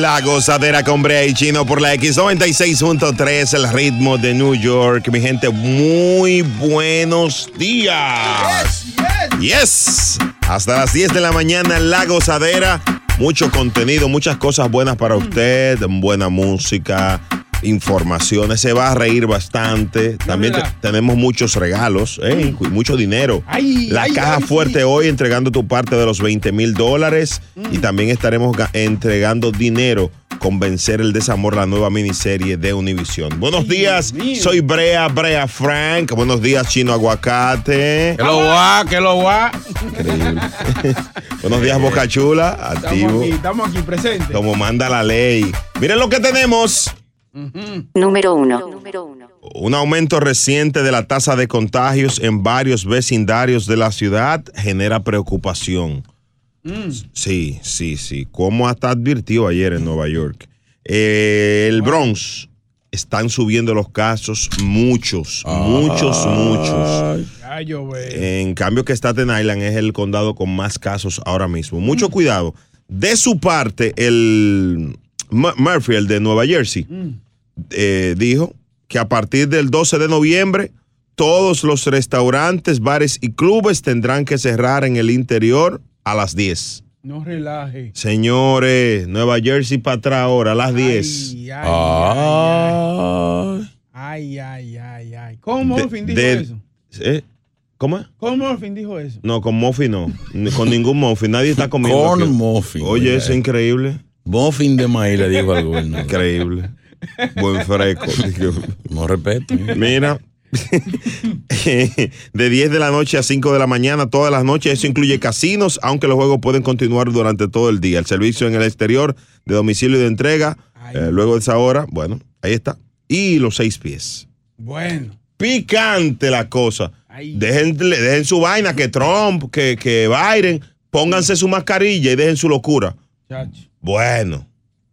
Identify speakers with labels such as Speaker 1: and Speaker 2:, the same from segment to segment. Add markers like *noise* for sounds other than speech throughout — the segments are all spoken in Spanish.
Speaker 1: La gozadera con Brea y Chino por la X96.3, el ritmo de New York. Mi gente, muy buenos días. Yes, Hasta las 10 de la mañana, la gozadera. Mucho contenido, muchas cosas buenas para usted, buena música, informaciones. Se va a reír bastante. También te- tenemos muchos regalos, ¿eh? y mucho dinero. la caja fuerte hoy entregando tu parte de los 20 mil dólares y también estaremos ga- entregando dinero con Vencer el Desamor, la nueva miniserie de Univision. Buenos días, soy Brea, Brea Frank. Buenos días, Chino Aguacate.
Speaker 2: Que lo va, que lo va.
Speaker 1: *laughs* Buenos días, Boca Chula,
Speaker 2: Estamos
Speaker 1: activo.
Speaker 2: aquí, estamos aquí presentes.
Speaker 1: Como manda la ley. Miren lo que tenemos.
Speaker 3: Número uno.
Speaker 1: Un aumento reciente de la tasa de contagios en varios vecindarios de la ciudad genera preocupación. Sí, sí, sí. Como hasta advirtió ayer en Nueva York. Eh, el Bronx están subiendo los casos, muchos, muchos, muchos.
Speaker 2: Ya llové.
Speaker 1: En cambio que Staten Island es el condado con más casos ahora mismo.
Speaker 2: Mm.
Speaker 1: Mucho cuidado. De su parte, el Mu- Murphy, el de Nueva Jersey,
Speaker 2: Mm.
Speaker 1: eh, dijo que a partir del 12 de noviembre todos los restaurantes, bares y clubes tendrán que cerrar en el interior a las 10.
Speaker 2: No relaje.
Speaker 1: Señores, Nueva Jersey para atrás ahora, a las 10.
Speaker 2: Ay, ay, Ah. ay, ay, ay, ay. ¿Cómo
Speaker 1: De-
Speaker 2: Morfin dijo
Speaker 1: de-
Speaker 2: eso?
Speaker 1: ¿Eh? ¿Cómo es?
Speaker 2: ¿Cómo Morfin dijo eso?
Speaker 1: No, con Muffy no. Ni- Con ningún Muffy. Nadie está comiendo. aquí.
Speaker 4: Con muffin.
Speaker 1: Oye, eso es increíble.
Speaker 4: Muffin de maíz le digo al gobernador.
Speaker 1: Increíble. Buen fresco.
Speaker 4: No respeto. *laughs*
Speaker 1: Mira. De 10 de la noche a 5 de la mañana, todas las noches. Eso incluye casinos, aunque los juegos pueden continuar durante todo el día. El servicio en el exterior, de domicilio y de entrega, eh, luego de esa hora, bueno, ahí está. Y los seis pies.
Speaker 2: Bueno.
Speaker 1: Picante la cosa.
Speaker 2: Ay.
Speaker 1: Dejen, dejen su vaina, que Trump, que, que Biden, pónganse su mascarilla y dejen su locura.
Speaker 2: Chacho.
Speaker 1: Bueno.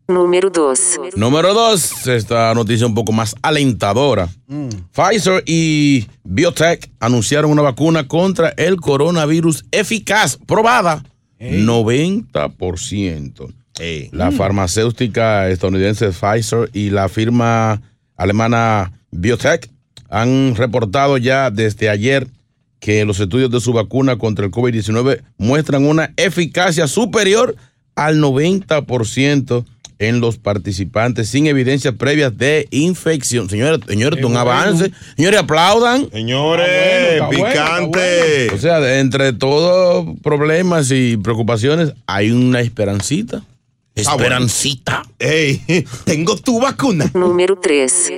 Speaker 3: Número dos.
Speaker 4: Número dos, esta noticia un poco más alentadora.
Speaker 5: Mm.
Speaker 4: Pfizer y Biotech anunciaron una vacuna contra el coronavirus eficaz, probada 90%.
Speaker 1: Ey.
Speaker 4: La farmacéutica estadounidense Pfizer y la firma alemana Biotech han reportado ya desde ayer que los estudios de su vacuna contra el COVID-19 muestran una eficacia superior al 90% en los participantes sin evidencias previas de infección. Señores, señores, esto es un avance. Señores, aplaudan. Ah,
Speaker 1: Señores,
Speaker 2: Está bueno, está bueno, está
Speaker 1: picante.
Speaker 4: O sea, de- entre todos problemas y preocupaciones, hay una esperancita.
Speaker 1: Ah, bueno.
Speaker 4: Esperancita.
Speaker 1: Ey, *laughs* tengo tu vacuna.
Speaker 3: Número tres.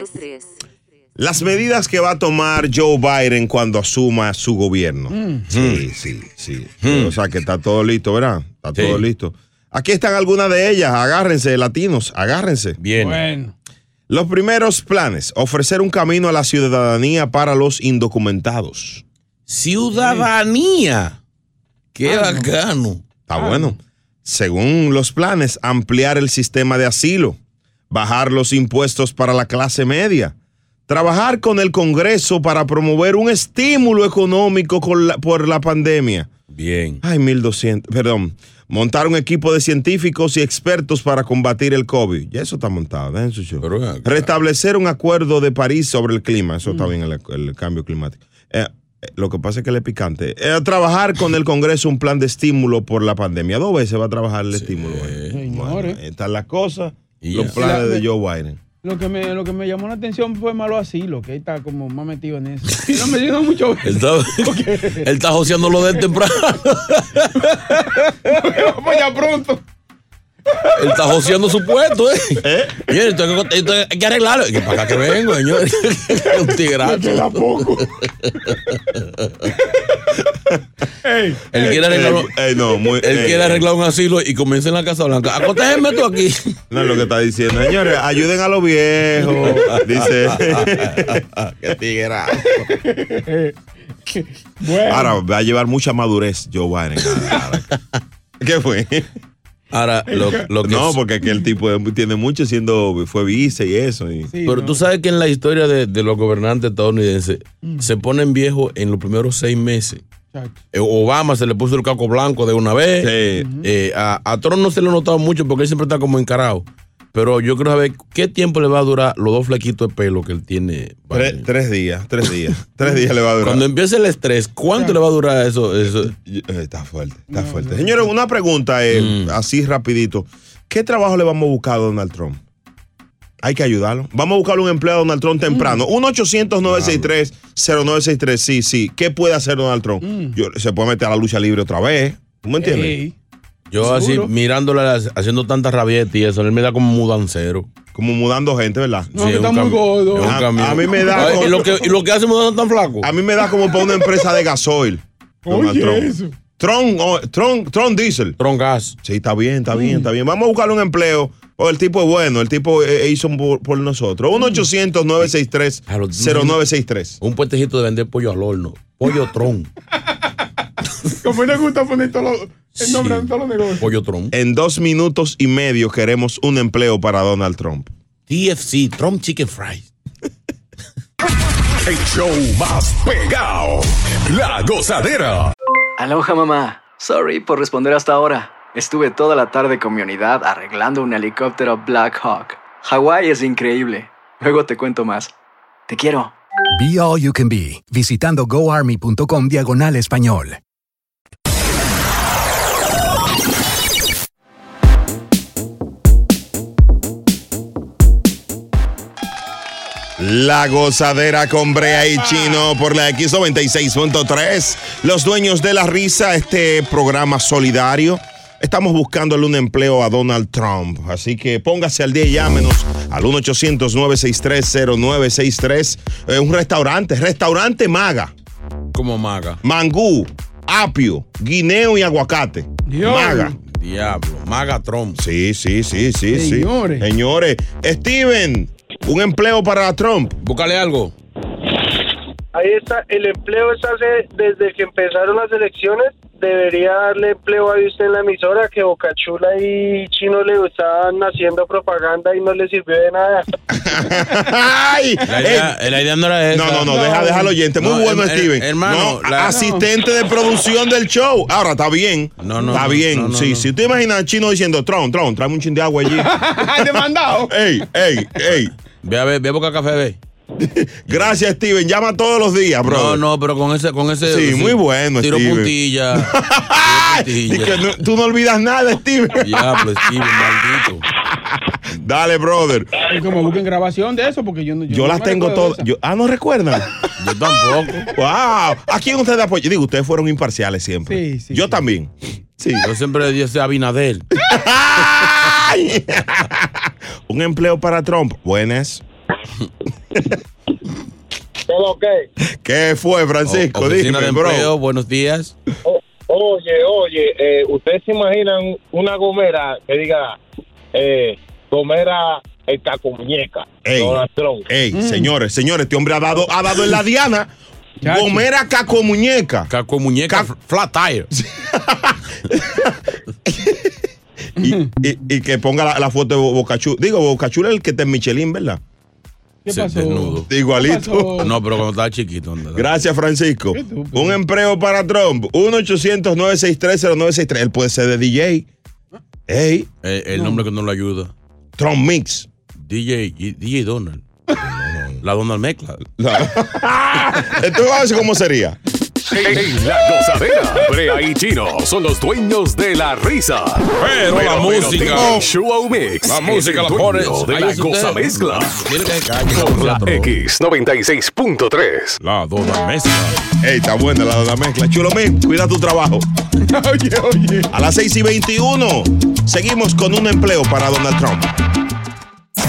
Speaker 1: Las medidas que va a tomar Joe Biden cuando asuma su gobierno.
Speaker 4: Mm.
Speaker 1: Sí, sí, sí. O sea que está todo listo, ¿verdad? Está
Speaker 4: Sí.
Speaker 1: todo listo. Aquí están algunas de ellas. Agárrense, latinos, agárrense.
Speaker 4: Bien.
Speaker 2: Bueno.
Speaker 1: Los primeros planes, ofrecer un camino a la ciudadanía para los indocumentados.
Speaker 4: Ciudadanía. Qué bacano.
Speaker 1: Está bueno. Según los planes, ampliar el sistema de asilo, bajar los impuestos para la clase media, trabajar con el Congreso para promover un estímulo económico con la- por la pandemia.
Speaker 4: Bien.
Speaker 1: Ay, 1200, perdón. Montar un equipo de científicos y expertos para combatir el COVID. Ya eso está montado, dejen su show.
Speaker 4: Pero, ah,
Speaker 1: Restablecer un acuerdo de París sobre el clima. Eso está bien, el, el cambio climático. Eh, eh, lo que pasa es que le es picante. Eh, trabajar con el Congreso un plan de estímulo por la pandemia. Dos veces va a trabajar el estímulo. Bueno,
Speaker 2: Señores.
Speaker 1: están las cosas.
Speaker 6: Y
Speaker 1: Los
Speaker 6: ya.
Speaker 1: planes de Joe Biden.
Speaker 2: Lo que, me, lo que me llamó la atención fue malo asilo, que él está como más metido en eso. Y no me dijo mucho.
Speaker 1: *laughs*
Speaker 4: Él está, él está joseando lo de él temprano.
Speaker 2: Vamos ya pronto.
Speaker 4: Él está joseando su puesto, ¿eh? Señores, esto hay que- esto hay que arreglarlo. Que para acá que vengo, señor. *laughs* Un tigrazo.
Speaker 6: poco.
Speaker 4: Él quiere arreglar. un-
Speaker 1: Eh, eh, no, muy-
Speaker 4: Él
Speaker 1: eh,
Speaker 4: quiere arreglar un asilo y comienza en la Casa Blanca. Acotejeme tú aquí.
Speaker 1: No es lo que está diciendo. Señores, ayuden a los viejos. *laughs* Dice.
Speaker 6: Qué tigra.
Speaker 2: Bueno,
Speaker 1: Ahora va a llevar mucha madurez Joe Biden. Ahora, ahora. *laughs* ¿Qué fue?
Speaker 4: Ahora, lo, lo que.
Speaker 1: No, porque aquel tipo es- tiene mucho siendo, fue vice y eso. y-
Speaker 2: sí,
Speaker 4: Pero
Speaker 2: no.
Speaker 4: tú sabes que en la historia de, de los gobernantes estadounidenses se ponen viejos en los primeros seis meses.
Speaker 2: Mm. Chacho.
Speaker 4: Eh, Obama se le puso el caco blanco de una
Speaker 1: Sí.
Speaker 4: vez. Eh, a, a Trump no se le notaba mucho porque él siempre está como encarado. Pero yo quiero saber qué tiempo le va a durar los dos flequitos de pelo que él tiene.
Speaker 1: Tres,
Speaker 4: Biden.
Speaker 1: tres días, tres días.
Speaker 4: *laughs*
Speaker 1: tres días le va a durar.
Speaker 4: Cuando empiece el estrés, ¿cuánto le va a durar eso? eso?
Speaker 1: Eh, Está fuerte, está fuerte. Señores, una pregunta eh, así rapidito. ¿Qué trabajo le vamos a buscar a Donald Trump? Hay que ayudarlo. Vamos a buscarle un empleo a Donald Trump temprano. 1-800-963-0963. Sí, sí. ¿Qué puede hacer Donald Trump? Yo- se puede meter a la lucha libre otra vez. ¿Tú me entiendes?
Speaker 2: Ey,
Speaker 4: Yo así
Speaker 2: Seguro.
Speaker 4: mirándola, haciendo tantas rabietas y eso, él me da como mudancero.
Speaker 1: Como mudando gente, ¿verdad?
Speaker 2: No, que
Speaker 4: es
Speaker 2: está
Speaker 4: un
Speaker 2: muy
Speaker 4: cam-
Speaker 2: gordo.
Speaker 4: es un
Speaker 1: A-
Speaker 4: camión.
Speaker 1: a mí me da
Speaker 4: Ay,
Speaker 1: como-
Speaker 4: ¿Y lo que, y lo que hace mudando tan flaco?
Speaker 1: A mí me da como para una empresa de
Speaker 2: *laughs*
Speaker 1: gasoil. Donald
Speaker 2: Oye,
Speaker 1: Trump.
Speaker 2: eso.
Speaker 1: Trump, oh, Trump, Trump Diesel.
Speaker 4: Troncazo.
Speaker 1: Sí, está bien, está bien, está bien. Vamos a buscarle un empleo. O el tipo es bueno, el tipo eh, hizo por, por nosotros. 1-800-963-0963.
Speaker 4: Un puestecito de vender pollo al horno.
Speaker 2: Ah.
Speaker 4: Pollo tron.
Speaker 2: Como él le gusta poner todo lo- el nombre
Speaker 4: Sí.
Speaker 2: en todos los negocios.
Speaker 4: Pollo tron.
Speaker 1: En dos minutos y medio queremos un empleo para Donald Trump.
Speaker 4: TFC, Trump Chicken Fries.
Speaker 7: El show más pegado. La gozadera.
Speaker 8: Aloha mamá. Sorry por responder hasta ahora. Estuve toda la tarde con mi unidad arreglando un helicóptero Black Hawk. Hawái es increíble. Luego te cuento más. Te quiero.
Speaker 9: Be All You Can Be, visitando goarmy.com diagonal español.
Speaker 1: La gozadera con Brea y Chino por la X96.3. Los dueños de la risa, este programa solidario. Estamos buscándole un empleo a Donald Trump. Así que póngase al día y llámenos al 1-800-963-0963. Eh, un restaurante, restaurante Maga.
Speaker 4: Como maga.
Speaker 1: Mangú, apio, guineo y aguacate.
Speaker 2: Dios.
Speaker 1: Maga.
Speaker 4: Diablo. Maga Trump.
Speaker 1: Sí, sí, sí, sí, sí.
Speaker 2: Señores.
Speaker 1: Señores. Steven, un empleo para Trump.
Speaker 4: Búscale algo.
Speaker 5: Ahí está, el empleo está hace- desde que empezaron las elecciones. Debería darle empleo a usted en la emisora que Bocachula y Chino le estaban haciendo propaganda y no le sirvió de nada.
Speaker 1: ¡Ay!
Speaker 4: La idea, la idea no era esa.
Speaker 1: No, no, no, deja, deja al oyente. Muy
Speaker 4: No,
Speaker 1: bueno,
Speaker 4: her- her-
Speaker 1: Steven.
Speaker 4: hermano,
Speaker 1: No,
Speaker 4: la-
Speaker 1: asistente de producción del show. Ahora, está bien.
Speaker 4: No, no,
Speaker 1: Está
Speaker 4: no,
Speaker 1: bien.
Speaker 4: no, no,
Speaker 1: sí,
Speaker 4: no.
Speaker 1: sí. Tú imaginas al chino diciendo, Tron, Tron, tráeme un chin de agua
Speaker 4: *laughs*
Speaker 1: allí. Eh,
Speaker 2: ¡Ay,
Speaker 1: *laughs*
Speaker 2: demandado!
Speaker 1: ey, ey, ey.
Speaker 4: Ve a ver, ve a buscar café, ve.
Speaker 1: *laughs* Gracias, Steven. Llama todos los días, bro.
Speaker 4: No, no, pero con ese, con ese.
Speaker 1: Sí, muy bueno,
Speaker 4: Tiro
Speaker 1: Steven. *laughs*
Speaker 4: puntilla.
Speaker 1: Y
Speaker 4: Tiro
Speaker 1: que
Speaker 4: puntilla.
Speaker 1: no- tú no olvidas nada, Steven.
Speaker 4: Diablo, Steven, maldito.
Speaker 1: Dale, brother.
Speaker 2: Y como busquen grabación de eso, porque yo no.
Speaker 1: Yo
Speaker 2: no
Speaker 1: las
Speaker 2: me
Speaker 1: tengo
Speaker 2: recuerdo
Speaker 1: todas.
Speaker 2: esa.
Speaker 1: Yo- ah, ¿no recuerdan?
Speaker 4: *laughs* Yo tampoco.
Speaker 1: ¡Wow! ¿A quién ustedes apoyan? Digo, ustedes fueron imparciales siempre.
Speaker 2: Sí, sí,
Speaker 1: Yo
Speaker 2: sí.
Speaker 1: también. Sí.
Speaker 4: Yo siempre decía ese Abinader. *laughs*
Speaker 1: ¡Ay! Un empleo para Trump. Buenas.
Speaker 5: Todo ok.
Speaker 1: ¿Qué fue, Francisco?
Speaker 4: O- Oficina
Speaker 1: Dime,
Speaker 4: de
Speaker 1: bro.
Speaker 4: empleo, buenos días.
Speaker 5: O- oye, oye, eh, ¿ustedes se imaginan una gomera que diga eh, gomera el caco muñeca?
Speaker 4: oh.
Speaker 1: Ey.
Speaker 5: Donald Trump.
Speaker 1: Ey,
Speaker 4: Mm.
Speaker 1: señores, señores, este hombre ha dado, ha dado en la diana.
Speaker 2: Chacho.
Speaker 1: Gomera Caco Muñeca.
Speaker 4: Caco Muñeca,
Speaker 1: Ca-
Speaker 4: Flat
Speaker 1: *laughs*
Speaker 4: Tire.
Speaker 1: Y, y- y que ponga la, la foto de Bo- Bocachula. Digo, Bocachula es el que está en Michelin, ¿verdad?
Speaker 2: ¿Qué
Speaker 4: Sí,
Speaker 2: pasó?
Speaker 4: desnudo.
Speaker 1: Igualito.
Speaker 2: pasó?
Speaker 4: *laughs* No, pero cuando estaba chiquito. anda.
Speaker 1: Gracias, Francisco.
Speaker 2: Qué estúpido.
Speaker 1: Un empleo para Trump. 1-800-963-0963. Él puede ser de DJ. Ey,
Speaker 4: Eh, el nombre que no lo ayuda.
Speaker 1: Trump Mix.
Speaker 4: DJ, y- DJ *laughs* Donald. La Donald Mecla.
Speaker 1: ¿Tú sabes cómo sería?
Speaker 7: En la gozadera, Brea y Chino son los dueños de la risa.
Speaker 4: Pero la música-
Speaker 7: tienen Show Mix.
Speaker 4: La
Speaker 7: es
Speaker 4: música
Speaker 7: el
Speaker 4: la pones.
Speaker 7: dueño de
Speaker 4: Ahí
Speaker 7: la
Speaker 4: es
Speaker 7: goza
Speaker 4: usted.
Speaker 7: mezcla.
Speaker 4: Por
Speaker 7: La X96.3.
Speaker 4: La Dona Mezcla.
Speaker 1: Ey, está buena la Dona Mezcla. Chulo, men, cuida tu
Speaker 2: *laughs*
Speaker 1: trabajo. oye, oye. A las 6 y 21, seguimos con un empleo para Donald Trump.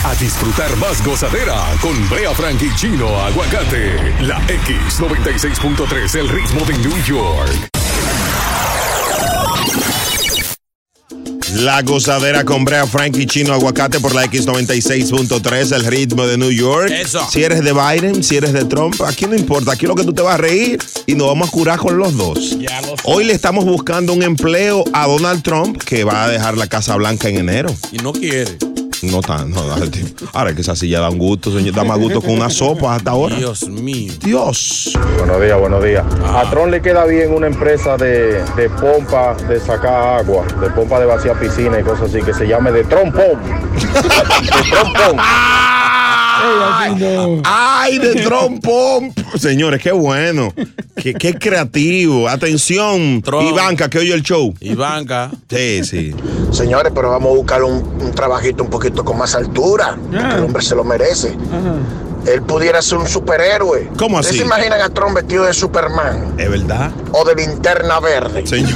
Speaker 7: A disfrutar más gozadera con Brea Frank y Chino Aguacate. La X96.3, el ritmo de New York.
Speaker 1: La gozadera con Brea Frank y Chino Aguacate por la X96.3, el ritmo de New York.
Speaker 4: Eso.
Speaker 1: Si eres de Biden, si eres de Trump, aquí no importa. Aquí lo que tú te vas a reír y nos vamos a curar con los dos. Hoy le estamos buscando un empleo a Donald Trump que va a dejar la Casa Blanca en enero.
Speaker 4: Y no quiere.
Speaker 1: No tan, Ah, no, no, ahora que esa silla da un gusto, señor, da más gusto que una sopa hasta ahora.
Speaker 4: Dios mío. Ah.
Speaker 1: Dios.
Speaker 10: Buenos días, buenos días. A Tron le queda bien una empresa de, de pompa de sacar agua, de pompa de vaciar piscina y cosas así, que se llame de
Speaker 1: *laughs*
Speaker 10: Trompón. de Trompón.
Speaker 1: ¡Ay,
Speaker 4: *laughs*
Speaker 1: de *laughs* trompón! Señores, qué bueno. Qué, qué creativo. Atención, Ivanka, que oye el show.
Speaker 4: Ivanka.
Speaker 1: Sí, sí.
Speaker 11: Señores, pero vamos a buscar un, un trabajito un poquito con más altura, porque el hombre se lo merece. Él pudiera ser un superhéroe.
Speaker 1: ¿Cómo
Speaker 11: ¿Ustedes
Speaker 1: así?
Speaker 11: se imaginan a Trump vestido de Superman
Speaker 1: ¿Es verdad?
Speaker 11: o de linterna verde?
Speaker 1: Señor.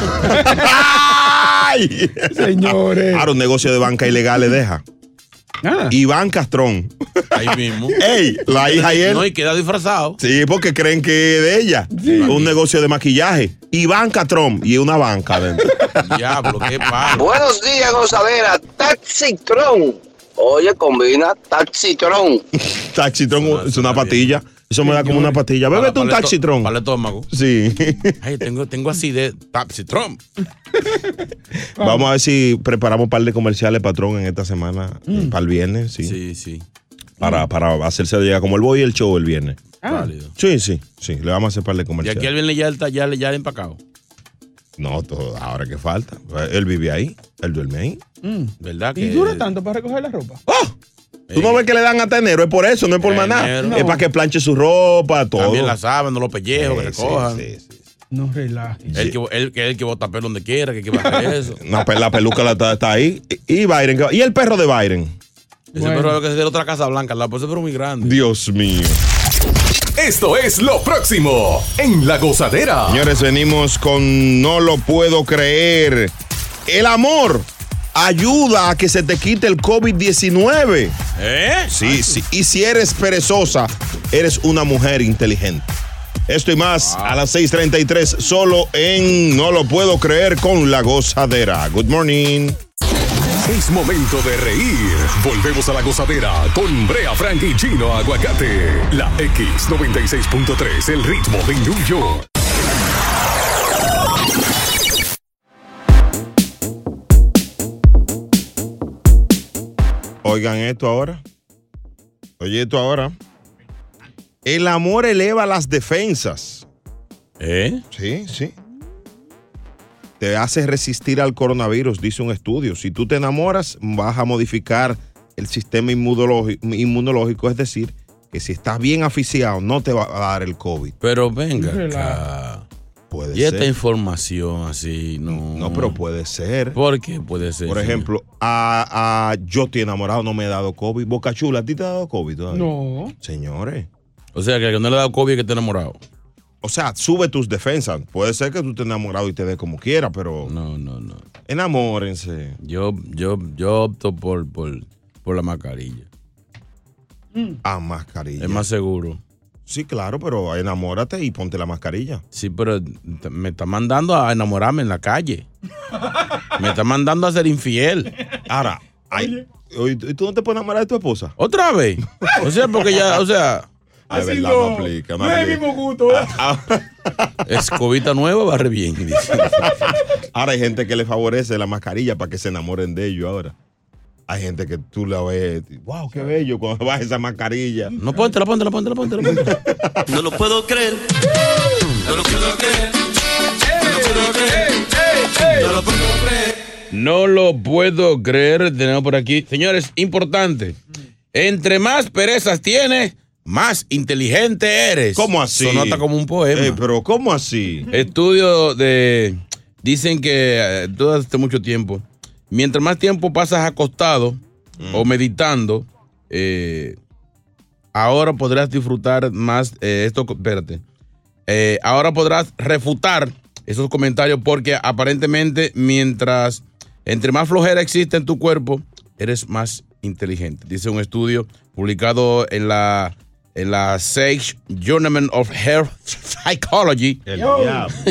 Speaker 1: ¡Ay! Señores. Ahora Ah, un negocio de banca ilegal le deja. Iván Castrón.
Speaker 4: Ahí mismo.
Speaker 1: Ey, la hija y él.
Speaker 4: No, y queda disfrazado.
Speaker 1: Sí, porque creen que es de ella. Un negocio de maquillaje. Iván Castrón y una banca adentro.
Speaker 4: Diablo, qué palo.
Speaker 12: Buenos días, gozadera. Taxi Tron. Oye, combina Taxi Tron.
Speaker 1: Taxitrón es una patilla. Eso me da como una patilla. Bébete un taxitrón.
Speaker 4: Para el estómago.
Speaker 1: Sí.
Speaker 4: Ay, tengo, tengo así de Taxitron.
Speaker 1: Vamos a ver si preparamos un par de comerciales, patrón, en esta semana,
Speaker 4: Mm.
Speaker 1: para el viernes, sí.
Speaker 4: Sí, sí.
Speaker 1: Para, para hacerse de llegar como el boy y el show el viernes.
Speaker 2: Ah.
Speaker 1: Sí, sí, sí. Le vamos a hacer par de
Speaker 4: Y aquí
Speaker 1: comerciales.
Speaker 4: él viene ya, está- ya, ya empacado.
Speaker 1: No, todo, ahora que falta. Él vive ahí, él duerme ahí. ¡Ah!
Speaker 2: Mm.
Speaker 4: ¿Verdad Eh.
Speaker 2: ¿Y dura tanto para recoger la ropa?
Speaker 1: Tú no ves que le dan hasta enero, es por eso, no es por más nada.
Speaker 4: enero.
Speaker 1: Es
Speaker 4: No.
Speaker 1: para que planche su ropa, todo.
Speaker 4: También la saben, no los pellejos, que
Speaker 1: Oh. Sí,
Speaker 4: recojan.
Speaker 1: sí,
Speaker 2: No relajes.
Speaker 4: Él, que, él, que él que bota pelo donde quiera, que, que va a
Speaker 1: *laughs*
Speaker 4: hacer eso.
Speaker 1: No, pe- la peluca la está, está ahí. Y, y Biden, ¿qué va- ¿y el perro de Biden?
Speaker 4: Ese perro es que se de otra casa blanca, la pues ese perro es muy grande.
Speaker 1: Dios mío.
Speaker 7: Esto es lo próximo en La Gozadera.
Speaker 1: Señores, venimos con no lo puedo creer. El amor ayuda a que se te quite el COVID-19.
Speaker 4: ¿Eh?
Speaker 1: Sí, sí. Y si eres perezosa, eres una mujer inteligente. Esto y más a las 6:33 solo en No lo puedo creer con la gozadera. Good morning.
Speaker 7: Es momento de reír. Volvemos a la gozadera con Brea Frank y Chino Aguacate. La X96.3, el ritmo de New York.
Speaker 1: Oigan esto ahora. Oye esto ahora. El amor eleva las defensas.
Speaker 4: ¿Eh?
Speaker 1: Sí, sí. Te hace resistir al coronavirus, dice un estudio. Si tú te enamoras, vas a modificar el sistema inmunológi- inmunológico. Es decir, que si estás bien aficiado, no te va a dar el COVID.
Speaker 4: Pero venga acá.
Speaker 1: Puede
Speaker 4: y esta
Speaker 1: ser.
Speaker 4: información así, no.
Speaker 1: No, pero puede ser.
Speaker 4: ¿Por qué puede ser?
Speaker 1: Por
Speaker 4: señor?
Speaker 1: ejemplo, a, a- yo estoy enamorado, no me he dado COVID. Boca Chula, ¿a ti te ha dado COVID todavía?
Speaker 2: No.
Speaker 1: Señores.
Speaker 4: O sea, que el que no le ha dado COVID es que está enamorado.
Speaker 1: O sea, sube tus defensas. Puede ser que tú estés enamorado y te dé como quiera, pero.
Speaker 4: No, no, no.
Speaker 1: Enamórense.
Speaker 4: Yo, yo, yo opto por, por, por la mascarilla.
Speaker 1: Ah, mascarilla.
Speaker 4: Es más seguro.
Speaker 1: Sí, claro, pero enamórate y ponte la mascarilla.
Speaker 4: Sí, pero t- me está mandando a enamorarme en
Speaker 1: *laughs*
Speaker 4: la calle. me está mandando a ser infiel.
Speaker 1: Ahora, ay, oye, ¿tú no te puedes enamorar de tu esposa?
Speaker 4: ¿Otra vez? O sea, porque ya, o sea.
Speaker 1: Ay, verdad, no aplica, no aplica.
Speaker 2: mismo gusto.
Speaker 1: Ah,
Speaker 4: Escobita nueva barre bien. dice.
Speaker 1: *laughs* Ahora hay gente que le favorece la mascarilla para que se enamoren de ellos ahora. Hay gente que tú la ves, wow, qué bello cuando *laughs* baja esa mascarilla.
Speaker 4: No, póntela, póntela, póntela, póntela. póntela.
Speaker 1: No lo puedo creer.
Speaker 4: No lo puedo creer. Tenemos por aquí. Señores, importante. Entre más perezas tienes, más inteligente eres.
Speaker 13: ¿Cómo así?
Speaker 4: Sonata como un poema.
Speaker 13: Eh,
Speaker 4: pero ¿cómo así? Estudio de... Dicen que eh, tú hace mucho tiempo, mientras más tiempo pasas acostado o meditando, eh, ahora podrás disfrutar más eh, esto, espérate. Eh, ahora podrás refutar esos comentarios porque aparentemente mientras entre más flojera existe en tu cuerpo, eres más inteligente. Dice un estudio publicado en la en la Sage Journal of Health Psychology.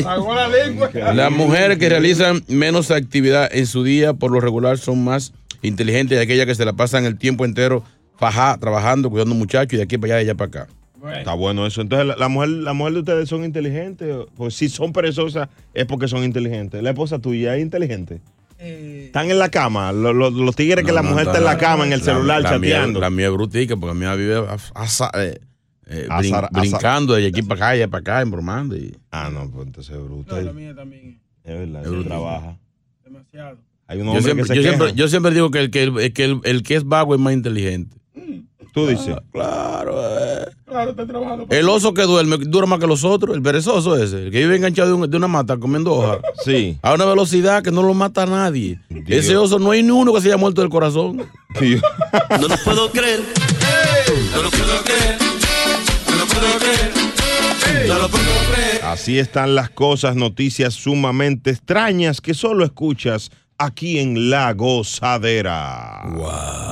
Speaker 2: Pagó la lengua.
Speaker 4: Las mujeres que realizan menos actividad en su día por lo regular son más inteligentes y aquellas que se la pasan el tiempo entero fajá, trabajando, cuidando muchachos y de aquí para allá y de allá para acá.
Speaker 1: Está bueno eso. Entonces, la, la mujer, la mujer de ustedes son inteligentes. o- Pues si son perezosas, es porque son inteligentes. La esposa tuya es inteligente.
Speaker 2: Eh,
Speaker 1: Están en la cama. Lo- lo- los tigres que la mujer está en la cama, en el celular,
Speaker 4: la mía-
Speaker 1: chateando.
Speaker 4: la mía es brutica, porque la mía vive af- asa- eh, eh,
Speaker 1: Azar-
Speaker 4: brin-
Speaker 1: azar-
Speaker 4: brincando de aquí para acá, de allá para acá, embromando. Ah,
Speaker 1: no, pues entonces es bruto.
Speaker 2: La mía también.
Speaker 1: Es verdad,
Speaker 4: Es
Speaker 1: sí
Speaker 4: bruto.
Speaker 1: trabaja.
Speaker 2: Demasiado.
Speaker 1: Hay
Speaker 4: Yo siempre, yo siempre- yo siempre digo que el que, el, que el- el que es vago es más inteligente. Ah,
Speaker 1: Tú dices.
Speaker 4: claro. eh.
Speaker 2: Claro, está trabajando.
Speaker 4: El oso que duerme dura más que los otros, el perezoso ese, el que vive enganchado de, un- de una mata comiendo hojas.
Speaker 1: Sí.
Speaker 4: A una velocidad que no lo mata a nadie. Ese oso no hay ni uno que se haya muerto del corazón.
Speaker 14: No lo puedo creer. No lo puedo creer. No lo puedo creer. No lo puedo creer.
Speaker 1: Así están las cosas, noticias sumamente extrañas que solo escuchas aquí en La Gozadera.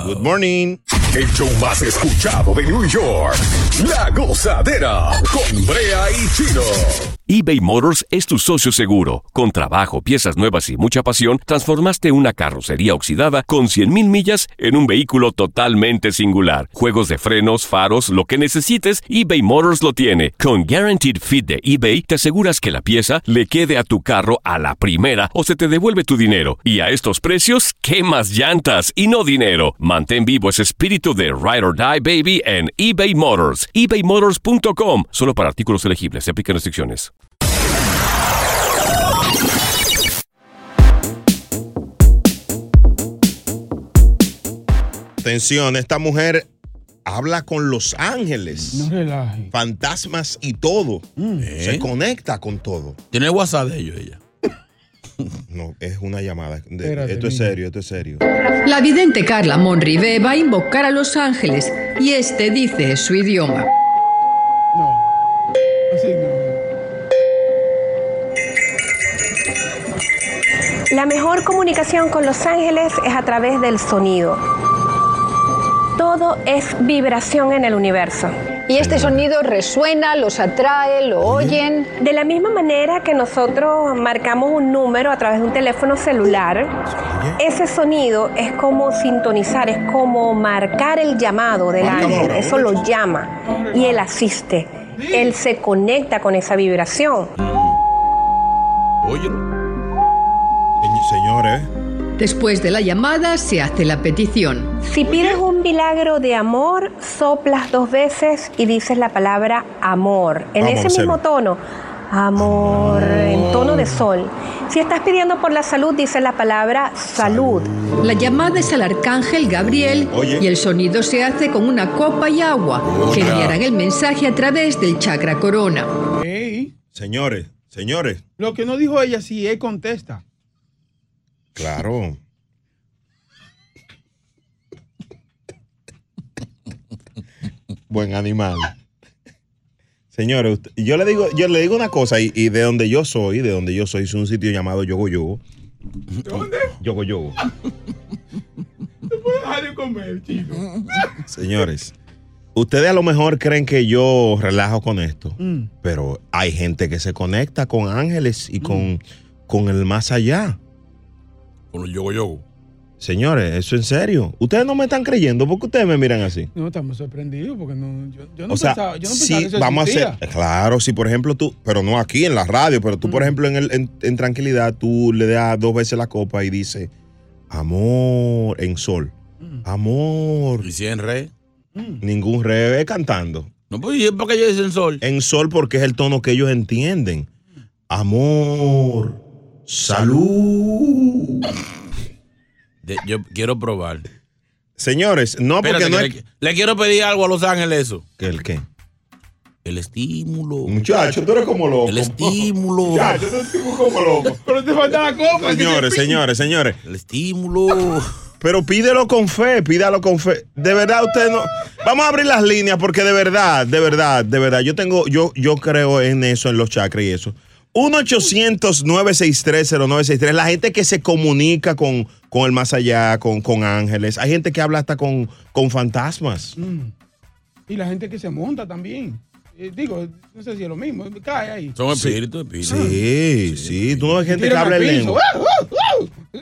Speaker 1: Good morning.
Speaker 7: El show más escuchado de New York. La gozadera con Brea y Chino.
Speaker 15: eBay Motors es tu socio seguro. Con trabajo, piezas nuevas y mucha pasión, transformaste una carrocería oxidada con 100.000 millas en un vehículo totalmente singular. Juegos de frenos, faros, lo que necesites, eBay Motors lo tiene. Con Guaranteed Fit de eBay, te aseguras que la pieza le quede a tu carro a la primera o se te devuelve tu dinero. Y a estos precios, ¿qué más llantas y no dinero? Mantén vivo ese espíritu de Ride or Die Baby en eBay Motors. ebaymotors.com. Solo para artículos elegibles. Se aplican restricciones.
Speaker 1: Atención, esta mujer habla con los ángeles.
Speaker 2: No relaje. ¿Eh?
Speaker 1: fantasmas y todo. Mm, Se conecta con todo.
Speaker 4: Mm. Eh. ¿Tiene WhatsApp de ellos ella?
Speaker 1: no, es una llamada. De-
Speaker 16: Espérate,
Speaker 1: esto es
Speaker 16: mija.
Speaker 1: serio, esto es serio.
Speaker 16: La vidente Carla Monrive va a invocar a los ángeles y este dice su idioma.
Speaker 17: La mejor comunicación con los ángeles es a través del sonido. Todo es vibración en el universo.
Speaker 18: Y este sonido resuena, los atrae, lo oyen.
Speaker 17: De la misma manera que nosotros marcamos un número a través de un teléfono celular, ese sonido es como sintonizar, es como marcar el llamado del ángel. Eso lo llama y él asiste. Él se conecta con esa vibración.
Speaker 1: Señores.
Speaker 16: Después de la llamada se hace la petición.
Speaker 17: Si pides un milagro de amor, soplas dos veces y dices la palabra amor. En
Speaker 19: Vamos,
Speaker 17: ese mismo
Speaker 19: observa.
Speaker 17: tono. Amor, en tono de sol. Si estás pidiendo por la salud, dices la palabra salud.
Speaker 16: La llamada es al arcángel Gabriel
Speaker 17: Oye.
Speaker 16: y el sonido se hace con una copa y agua que
Speaker 1: Hola.
Speaker 16: enviarán el mensaje a través del chakra corona.
Speaker 1: Señores, señores.
Speaker 2: Lo que no dijo ella, si
Speaker 1: *laughs*
Speaker 2: él contesta.
Speaker 1: Claro. Buen animal. Señores, usted- yo le digo, yo le digo una cosa, y, y de donde yo soy, de donde yo soy, es un sitio llamado Yogo Yogo. ¿Dónde? Yogo Yogo.
Speaker 2: Te puedes dejar de comer, chico.
Speaker 1: Mm. Señores, ustedes a lo mejor creen que yo relajo con esto,
Speaker 2: Mm.
Speaker 1: pero hay gente que se conecta con ángeles y con, con el más allá.
Speaker 4: Mm. Con el yogo yogo.
Speaker 1: Señores, eso en serio. Ustedes no me están creyendo porque ustedes me miran así.
Speaker 2: No, estamos sorprendidos porque no, yo, yo no
Speaker 1: o sea,
Speaker 2: pensaba, yo no
Speaker 1: sí,
Speaker 2: pensaba que eso
Speaker 1: vamos
Speaker 2: existía.
Speaker 1: a hacer. Claro, si por ejemplo tú, pero no aquí en la radio, pero tú, por ejemplo, en, el- en- en tranquilidad, tú le das dos veces la copa y dices, amor, en sol.
Speaker 2: Mm.
Speaker 1: Amor.
Speaker 4: ¿Y si en re?
Speaker 1: Ningún re, es cantando.
Speaker 4: No, pues, ¿y es porque ellos dicen sol?
Speaker 1: En sol porque es el tono que ellos entienden. Amor, salud.
Speaker 4: De- yo quiero probar.
Speaker 1: Señores, no porque
Speaker 6: Espérate,
Speaker 1: no
Speaker 6: que
Speaker 1: es...
Speaker 6: le, le quiero pedir algo a Los Ángeles eso.
Speaker 1: ¿El qué?
Speaker 6: El estímulo.
Speaker 1: Muchacho, tú eres como loco.
Speaker 6: El estímulo.
Speaker 2: Muchacho,
Speaker 6: tú eres
Speaker 1: como loco.
Speaker 2: Pero te falta la copa.
Speaker 1: Señores,
Speaker 2: que te-
Speaker 1: señores, señores.
Speaker 6: El estímulo.
Speaker 1: Pero pídelo con fe, pídalo con fe. De verdad, usted no. Vamos a abrir las líneas porque de verdad, de verdad, de verdad. Yo tengo, yo, yo creo en eso, en los chakras y eso. 1-800-963-0963. La gente que se comunica con, con el más allá, con, con ángeles. Hay gente que habla hasta con, con fantasmas.
Speaker 2: Mm. Y la gente que se monta también. Eh, digo, no sé si es lo mismo. Cae ahí.
Speaker 6: Son espíritus, espíritus.
Speaker 1: Sí, sí. Tú no ves gente que
Speaker 2: Tiran al
Speaker 1: habla en
Speaker 2: piso.
Speaker 1: lengua.
Speaker 2: ¡Uh, uh, uh!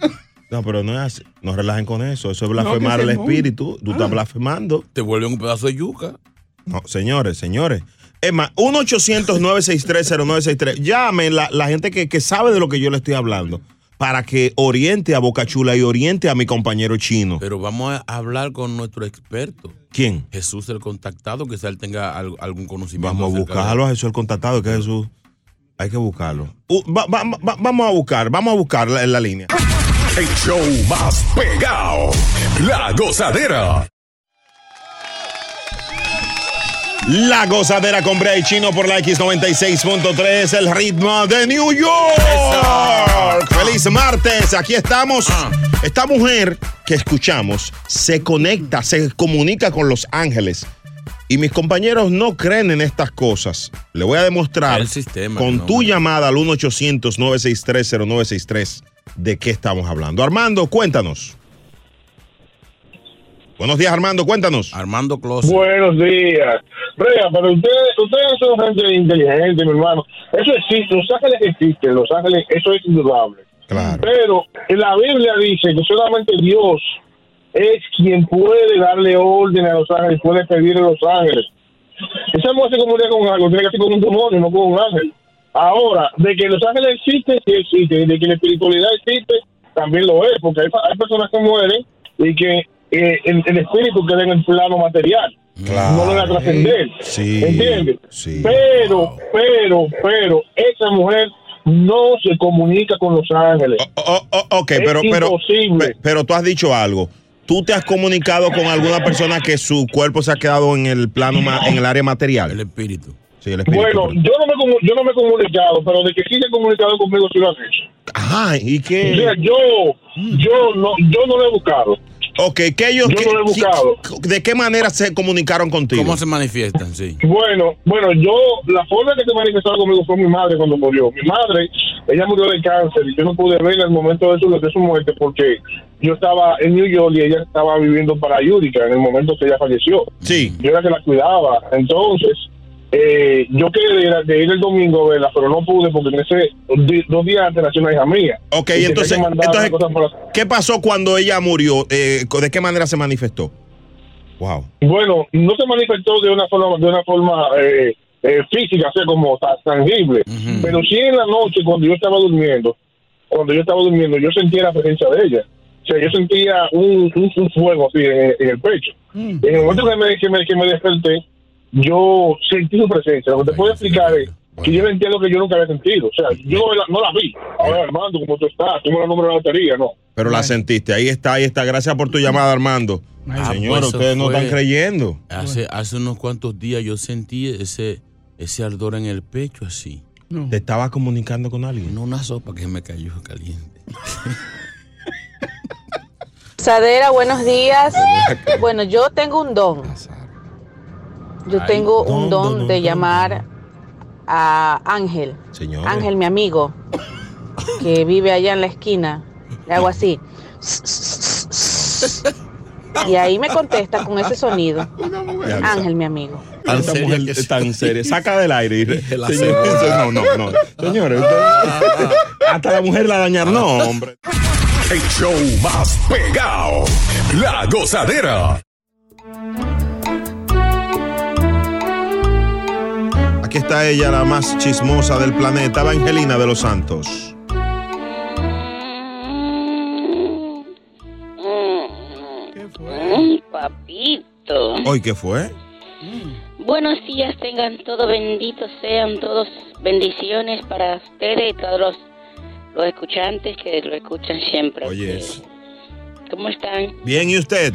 Speaker 1: No, pero no es así. No relajen con eso. Eso es
Speaker 6: No, que
Speaker 1: blasfemar al
Speaker 6: se Ah. mon-
Speaker 1: espíritu. Tú estás blasfemando.
Speaker 6: Te vuelven un pedazo de yuca.
Speaker 1: No, señores, señores. Es más, 1-800-963-0963. Llamen la, la gente que, que sabe de lo que yo le estoy hablando para que oriente a Boca Chula y oriente a mi compañero chino.
Speaker 6: Pero vamos a hablar con nuestro experto,
Speaker 1: ¿Quién?
Speaker 6: Jesús el contactado, que él tenga al- algún conocimiento.
Speaker 1: Vamos a
Speaker 6: acerca de-
Speaker 1: buscarlo a Jesús el contactado, que Jesús. Hay que buscarlo. Uh, va- va- va- vamos a buscar, vamos a buscar la, la línea.
Speaker 7: El show más pegado. La gozadera.
Speaker 1: La gozadera con Brea y Chino por la X96.3, el ritmo de New York. Feliz martes, aquí estamos. Esta mujer que escuchamos se conecta, se comunica con los ángeles. Y mis compañeros no creen en estas cosas. Le voy a demostrar
Speaker 6: El sistema,
Speaker 1: con
Speaker 6: no,
Speaker 1: tu llamada al 1-800-963-0963 de qué estamos hablando. Armando, cuéntanos. Buenos días, Armando, cuéntanos.
Speaker 6: Armando Clos.
Speaker 20: Buenos días. Rea, pero ustedes ustedes son gente inteligente, mi hermano. Eso existe, Los Ángeles existen, Los Ángeles, eso es indudable. Pero en la Biblia dice que solamente Dios es quien puede darle orden a Los Ángeles, puede pedir a Los Ángeles. Esa mujer se comunica con algo, tiene que ser con un demonio, no con un ángel. Ahora, de que Los Ángeles existen, sí existen, de que la espiritualidad existe, también lo es, porque hay, pa- hay personas que mueren y que eh, el, el espíritu queda en el plano material, no lo va a trascender,
Speaker 1: Sí,
Speaker 20: ¿entiendes? Pero, pero, pero, esa mujer no se comunica con Los Ángeles.
Speaker 1: Oh, Ok, pero, pero, pe- pero tú has dicho algo. ¿Tú te has comunicado con alguna persona que su cuerpo se ha quedado en el plano, ma- en el área material? El
Speaker 6: espíritu.
Speaker 1: Sí, el espíritu.
Speaker 20: Bueno, yo no, me, comu- yo no me he comunicado, pero de que sí se ha comunicado conmigo, sí lo han hecho.
Speaker 1: Ajá, ¿y qué?
Speaker 20: O sea, yo, yo, no, yo no lo he buscado.
Speaker 1: Ok, ¿qué ellos,
Speaker 20: Yo
Speaker 1: qué-
Speaker 20: no lo he
Speaker 1: qué-
Speaker 20: buscado.
Speaker 1: ¿De qué manera se comunicaron contigo?
Speaker 6: ¿Cómo se manifiestan? Sí.
Speaker 20: Bueno, bueno, yo, la forma que se manifestaba conmigo fue mi madre cuando murió. Mi madre, ella murió de cáncer y yo no pude ver en el momento de su, de su muerte porque yo estaba en New York y ella estaba viviendo para Yurica en el momento que ella falleció.
Speaker 1: Sí.
Speaker 20: Yo era que la cuidaba. Entonces, eh, yo quería ir, a- de ir el domingo a verla, pero no pude porque en ese, di- dos días antes nació una hija mía.
Speaker 1: Ok,
Speaker 20: Y tenía
Speaker 1: entonces,
Speaker 20: que mandar las
Speaker 1: entonces,
Speaker 20: cosas por la-
Speaker 1: ¿qué pasó cuando ella murió? Eh, ¿De qué manera se manifestó? Wow.
Speaker 20: Bueno, no se manifestó de una forma, de una forma eh, eh, física, o sea, como ta- tangible, pero sí en la noche cuando yo estaba durmiendo, cuando yo estaba durmiendo, yo sentía la presencia de ella. O sea, yo sentía un, un- un fuego así en, en el pecho. En el momento que me, que me- que me desperté, yo sentí su presencia. Lo que te puedo explicar es que yo sentía lo que yo nunca había sentido. O sea, yo no la, no la vi. Ahora, Armando, como tú estás, tú me lo número de la lotería, ¿no?
Speaker 1: Pero la sentiste, ahí está, ahí está. Gracias por tu llamada, Armando.
Speaker 6: Ah,
Speaker 1: Señor,
Speaker 6: pues eso
Speaker 1: ustedes no
Speaker 6: fue-
Speaker 1: están creyendo.
Speaker 6: Hace, hace unos cuantos días yo sentí ese, ese ardor en el pecho así.
Speaker 1: ¿Te estabas comunicando con alguien?
Speaker 6: No, una sopa que me cayó caliente.
Speaker 21: Sadera, buenos días. Bueno, yo tengo un don. Yo
Speaker 1: Ay,
Speaker 21: tengo
Speaker 1: don,
Speaker 21: un
Speaker 1: don,
Speaker 21: don
Speaker 1: don,
Speaker 21: de
Speaker 1: don,
Speaker 21: llamar a Ángel.
Speaker 1: Señores.
Speaker 21: Ángel, mi amigo, que vive allá en la esquina. Le hago
Speaker 1: *laughs*
Speaker 21: así. Y ahí me contesta con ese sonido. Ángel, mi amigo.
Speaker 1: Tan seria, tan seria. Saca del aire.
Speaker 6: *laughs*
Speaker 1: y- Señores, no, no, no. Señores, ustedes-
Speaker 6: *laughs*
Speaker 1: hasta la mujer la dañaron. No, hombre.
Speaker 7: El show más pegado. La gozadera.
Speaker 1: Aquí está ella, la más chismosa del planeta, Evangelina de los Santos.
Speaker 3: Ay, papito.
Speaker 1: Hoy, ¿qué fue?
Speaker 3: Buenos días tengan todos, benditos sean todos. Bendiciones para ustedes y todos los, los escuchantes que lo escuchan siempre.
Speaker 1: Oye, es-
Speaker 3: ¿Cómo están?
Speaker 1: bien, ¿y usted?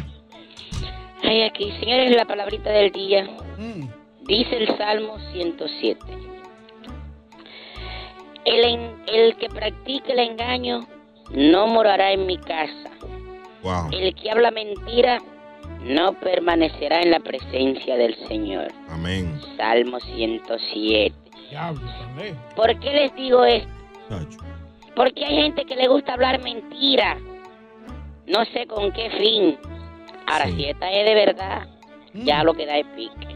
Speaker 3: hay aquí? Señores, la palabrita del día
Speaker 1: Mm.
Speaker 3: dice el Salmo 107. El, en- el que practique el engaño no morará en mi casa.
Speaker 1: Wow.
Speaker 3: El que habla mentira no permanecerá en la presencia del Señor.
Speaker 1: Amén.
Speaker 3: Salmo 107. ¿Por qué les digo esto? Porque hay gente que le gusta hablar mentira. No sé con qué fin. Ahora, si esta es de verdad, ya lo que da es pique.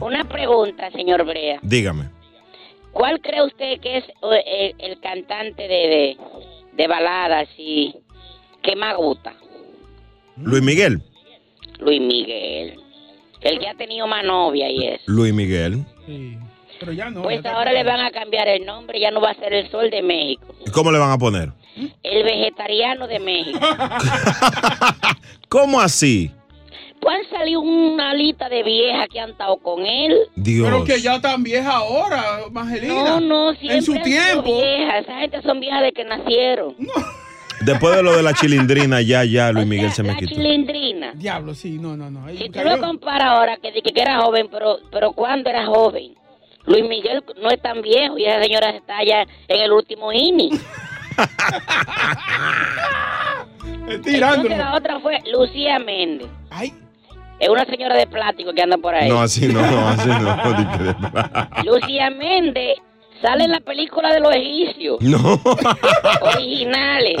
Speaker 3: Una pregunta, señor Brea.
Speaker 1: Dígame.
Speaker 3: ¿Cuál cree usted que es o, eh, el, cantante de, de, de baladas y que más gusta?
Speaker 1: Luis Miguel.
Speaker 3: Luis Miguel. El que ha tenido más novia y eso.
Speaker 1: Luis Miguel.
Speaker 3: pues ahora le van a cambiar el nombre, ya no va a ser el Sol de México,
Speaker 1: ¿Y ¿Cómo le van a poner?
Speaker 3: el Vegetariano de México.
Speaker 1: ¿Cómo así?
Speaker 3: Pues han salido una lista de viejas que han estado con él.
Speaker 1: Dios.
Speaker 2: Pero que ya tan vieja ahora, Angelina.
Speaker 3: No, no, siempre
Speaker 2: En su
Speaker 3: han sido
Speaker 2: tiempo.
Speaker 3: viejas. Esa gente son viejas de que nacieron.
Speaker 1: Después de lo de la chilindrina, ya, ya, Luis Miguel se me
Speaker 3: La
Speaker 1: quitó.
Speaker 3: chilindrina.
Speaker 2: Diablo, sí, no, no, no.
Speaker 3: Si tú lo comparas ahora, que, que era joven, pero, pero ¿cuándo era joven? Luis Miguel no es tan viejo y esa señora está ya en el último inning.
Speaker 2: *laughs*
Speaker 3: *laughs* Entonces la otra fue Lucía Méndez. Es una señora de plástico que anda por ahí.
Speaker 1: No, así no,
Speaker 3: *laughs*
Speaker 1: así no. *laughs* di que de-
Speaker 3: Lucía Méndez sale en la película de los egipcios.
Speaker 1: No.
Speaker 3: Originales.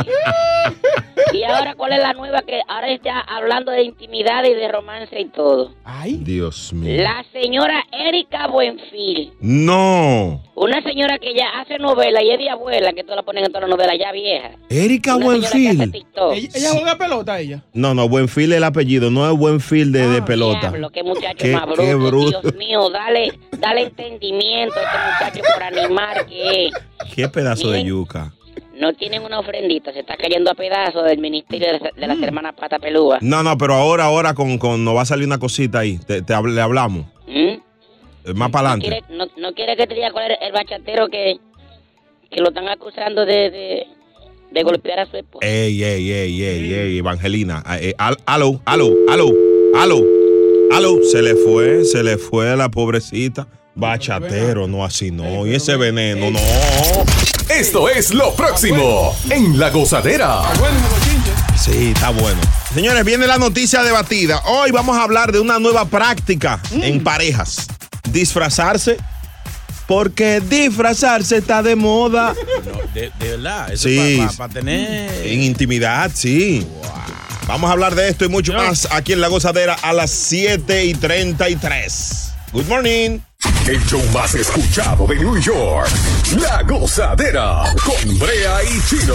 Speaker 3: y ahora, ¿cuál es la nueva que ahora está hablando de intimidad y de romance y todo?
Speaker 1: Dios mío.
Speaker 3: La señora Erika Buenfil.
Speaker 1: No.
Speaker 3: Una señora que ya hace novela y es de abuela, que tú la ponen en todas las novelas ya vieja.
Speaker 1: Erika
Speaker 3: Una señora que hace
Speaker 1: Buenfil.
Speaker 3: TikTok.
Speaker 2: Ella, ella juega pelota, ella.
Speaker 1: No, no, Buenfil es el apellido, no es Buenfil de, de pelota.
Speaker 3: Ah, Diablo, qué muchacho
Speaker 1: Qué-
Speaker 3: más bruto.
Speaker 1: qué bruto.
Speaker 3: Dios mío, dale, dale entendimiento a este muchacho por animar que es.
Speaker 1: Qué pedazo de yuca.
Speaker 3: No tienen una ofrendita, se está cayendo a pedazos del ministerio de, las- de
Speaker 1: Mm.
Speaker 3: las hermanas Pata Pelúa.
Speaker 1: No, no, pero ahora, ahora con, con nos va a salir una cosita ahí. Te, te hab- le hablamos.
Speaker 3: ¿Mm?
Speaker 1: Eh, Más para
Speaker 3: No,
Speaker 1: adelante.
Speaker 3: quiere, no, no quiere que te diga cuál es el bachatero que, que lo están acusando de, de, de golpear a su esposa.
Speaker 1: Ey, ey, ey, ey, ey, Evangelina. Ah, eh, al- Aló, aló, aló, aló, aló. Se le fue, se le fue la pobrecita. Bachatero, no así no. Y ese veneno, no.
Speaker 7: Esto es lo próximo en La Gozadera.
Speaker 1: Sí, está bueno. Señores, viene la noticia debatida. Hoy vamos a hablar de una nueva práctica en parejas. Disfrazarse. Porque disfrazarse está de moda.
Speaker 4: De, de verdad, eso
Speaker 1: Sí.
Speaker 4: para tener.
Speaker 1: En intimidad, sí. Vamos a hablar de esto y mucho más aquí en La Gozadera a las 7 y 33. Good morning.
Speaker 7: El show más escuchado de New York. La Gozadera con Brea y Chino.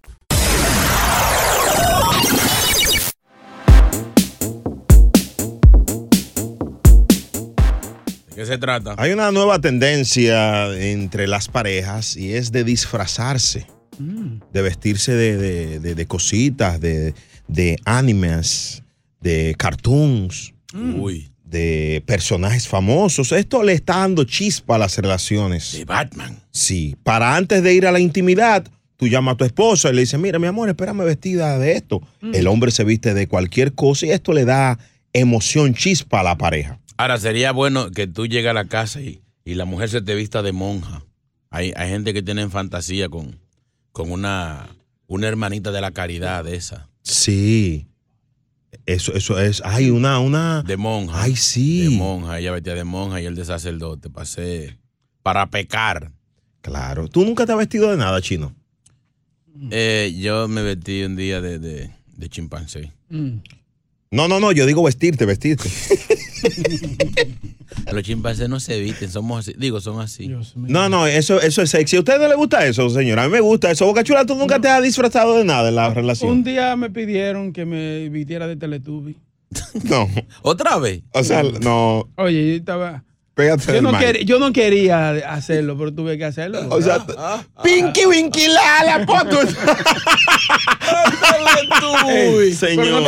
Speaker 1: Mm.
Speaker 4: ¿De qué se trata?
Speaker 1: Hay una nueva tendencia entre las parejas y es de disfrazarse, de vestirse de, de- de- de cositas, de, de animes, de cartoons, de personajes famosos. Esto le está dando chispa a las relaciones. De
Speaker 4: Batman.
Speaker 1: Sí, para antes de ir a la intimidad, tú llamas a tu esposa y le dices, mira, mi amor, espérame vestida de esto. El hombre se viste de cualquier cosa y esto le da emoción, chispa a la pareja.
Speaker 4: Ahora, sería bueno que tú llegas a la casa y, y la mujer se te vista de monja. Hay, hay gente que tiene fantasía con, con una, una hermanita de la caridad de esa.
Speaker 1: Sí. Eso, eso es. ah, Hay una, una.
Speaker 4: De monja.
Speaker 1: Ay, sí.
Speaker 4: De monja. Ella vestida de monja y él de sacerdote. Pasé para pecar.
Speaker 1: Claro. Tú nunca te has vestido de nada, chino.
Speaker 4: Eh, yo me vestí un día de, de- de chimpancé.
Speaker 1: No, no, no. Yo digo vestirte, vestirte.
Speaker 4: Los chimpancés no se visten, somos así. Digo, son así.
Speaker 1: No, no, eso, eso es sexy. ¿A usted no le gusta eso, señora? A mí me gusta eso. Boca Chula, tú nunca te has disfrazado de nada en la relación.
Speaker 2: Un día me pidieron que me vistiera de Teletubby.
Speaker 1: No.
Speaker 4: ¿Otra vez?
Speaker 1: O sea, no.
Speaker 2: Oye, yo estaba.
Speaker 1: Pégate
Speaker 2: Yo
Speaker 1: del
Speaker 2: no,
Speaker 1: mic.
Speaker 2: quer- yo no quería hacerlo, pero tuve que hacerlo.
Speaker 1: O sea,
Speaker 2: Pinky Winky la la poto.
Speaker 1: Ey, señor.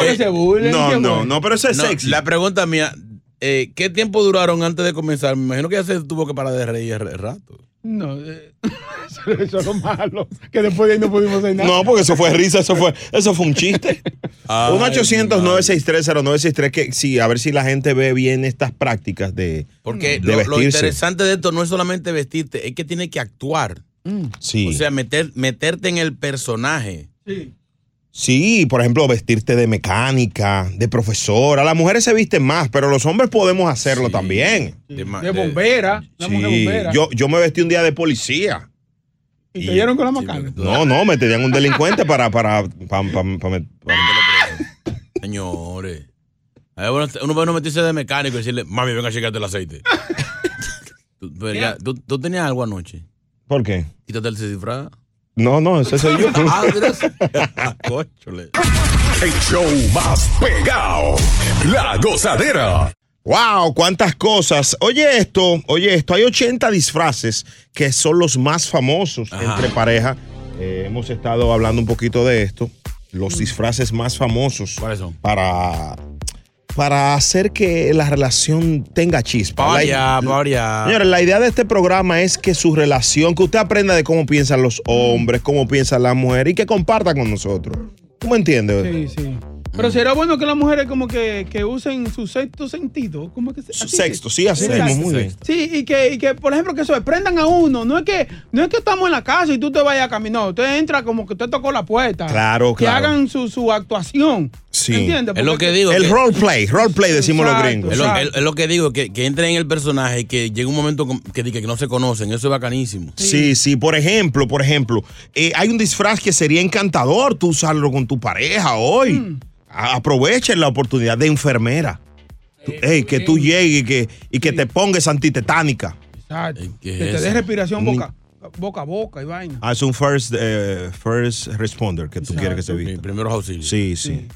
Speaker 1: No, no, no, pero eso es sexy.
Speaker 4: La pregunta mía, eh, ¿qué tiempo duraron antes de comenzar? Me imagino que ya se tuvo que parar de reír el rato.
Speaker 2: No, eh, eso, *laughs* eso es lo malo. Que después de ahí no pudimos hacer nada.
Speaker 1: No, porque eso fue risa, eso fue, eso fue un chiste. 1-800-963-0963, que sí, a ver si la gente ve bien estas prácticas de,
Speaker 4: Porque
Speaker 1: de
Speaker 4: lo, lo
Speaker 1: vestirse.
Speaker 4: interesante de esto no es solamente vestirte, es que tienes que actuar.
Speaker 1: Sí.
Speaker 4: O sea, meter, meterte en el personaje.
Speaker 1: Sí, por ejemplo, vestirte de mecánica, de profesora. Las mujeres se visten más, pero los hombres podemos hacerlo también.
Speaker 4: De, ma-
Speaker 2: De bombera. Una mujer
Speaker 1: Sí.
Speaker 2: bombera.
Speaker 1: Yo, yo me vestí un día de policía.
Speaker 2: y te dieron con la macana.
Speaker 1: No, no, me tenían un delincuente para, para, pa- pa- pa- me-
Speaker 4: Señores. A ver, bueno, uno puede no meterse de mecánico y decirle, mami, venga a checarte el
Speaker 1: *laughs*
Speaker 4: aceite. tú, pero ya, tú- tú tenías algo anoche.
Speaker 1: ¿Por qué?
Speaker 4: Quítate el disfraz.
Speaker 1: No, no, ese soy yo.
Speaker 4: *laughs* Ah, gracias. Ah, cóchole.
Speaker 7: El show más pegado. La gozadera.
Speaker 1: Wow, cuántas cosas. Oye esto, oye esto. Hay 80 disfraces que son los más famosos entre pareja. Eh, hemos estado hablando un poquito de esto.
Speaker 4: Mm.
Speaker 1: Los disfraces más famosos. ¿Cuáles son? Para, para hacer que la relación tenga chispa.
Speaker 4: Pa'
Speaker 1: La-
Speaker 4: variar, pa' variar.
Speaker 1: Señores, la idea de este programa es que su relación, que usted aprenda de cómo piensan los hombres, cómo piensan las mujeres y que comparta con nosotros. ¿Tú me entiendes?
Speaker 2: Sí, sí.
Speaker 1: Mm.
Speaker 2: Pero será bueno que las mujeres como que, que usen su sexto sentido. ¿Cómo es que se- así?
Speaker 1: Sexto, sí, hacemos muy bien.
Speaker 2: Sí, y que, y que, por ejemplo, que sorprendan a uno. No es que no es que estamos en la casa y tú te vayas a caminar. Usted entra como que usted tocó la puerta.
Speaker 1: Claro,
Speaker 2: que
Speaker 1: claro.
Speaker 2: hagan su, su actuación.
Speaker 1: Sí.
Speaker 2: ¿Entiendes?
Speaker 4: Es lo
Speaker 2: Porque-
Speaker 4: que digo.
Speaker 1: El
Speaker 4: que-
Speaker 1: roleplay, roleplay decimos los gringos.
Speaker 4: Es lo, es- es lo que digo, que, que entren en el personaje y que llegue un momento con- que, diga que no se conocen. Eso es bacanísimo.
Speaker 1: Sí, sí, por ejemplo, por ejemplo, eh, hay un disfraz que sería encantador tú usarlo con tu pareja hoy.
Speaker 2: Mm.
Speaker 1: A- Aprovechen la oportunidad de enfermera. Tú- ey, que tú llegues y que, y que te pongas antitetánica.
Speaker 2: Exacto.
Speaker 1: ¿Qué es
Speaker 2: que te dé
Speaker 1: eso?
Speaker 2: respiración
Speaker 1: Ni-
Speaker 2: boca, boca a boca y vaina.
Speaker 1: Ah, es un first, eh, first responder que tú quieres que se vista.
Speaker 4: Primeros auxilios.
Speaker 1: Sí, sí.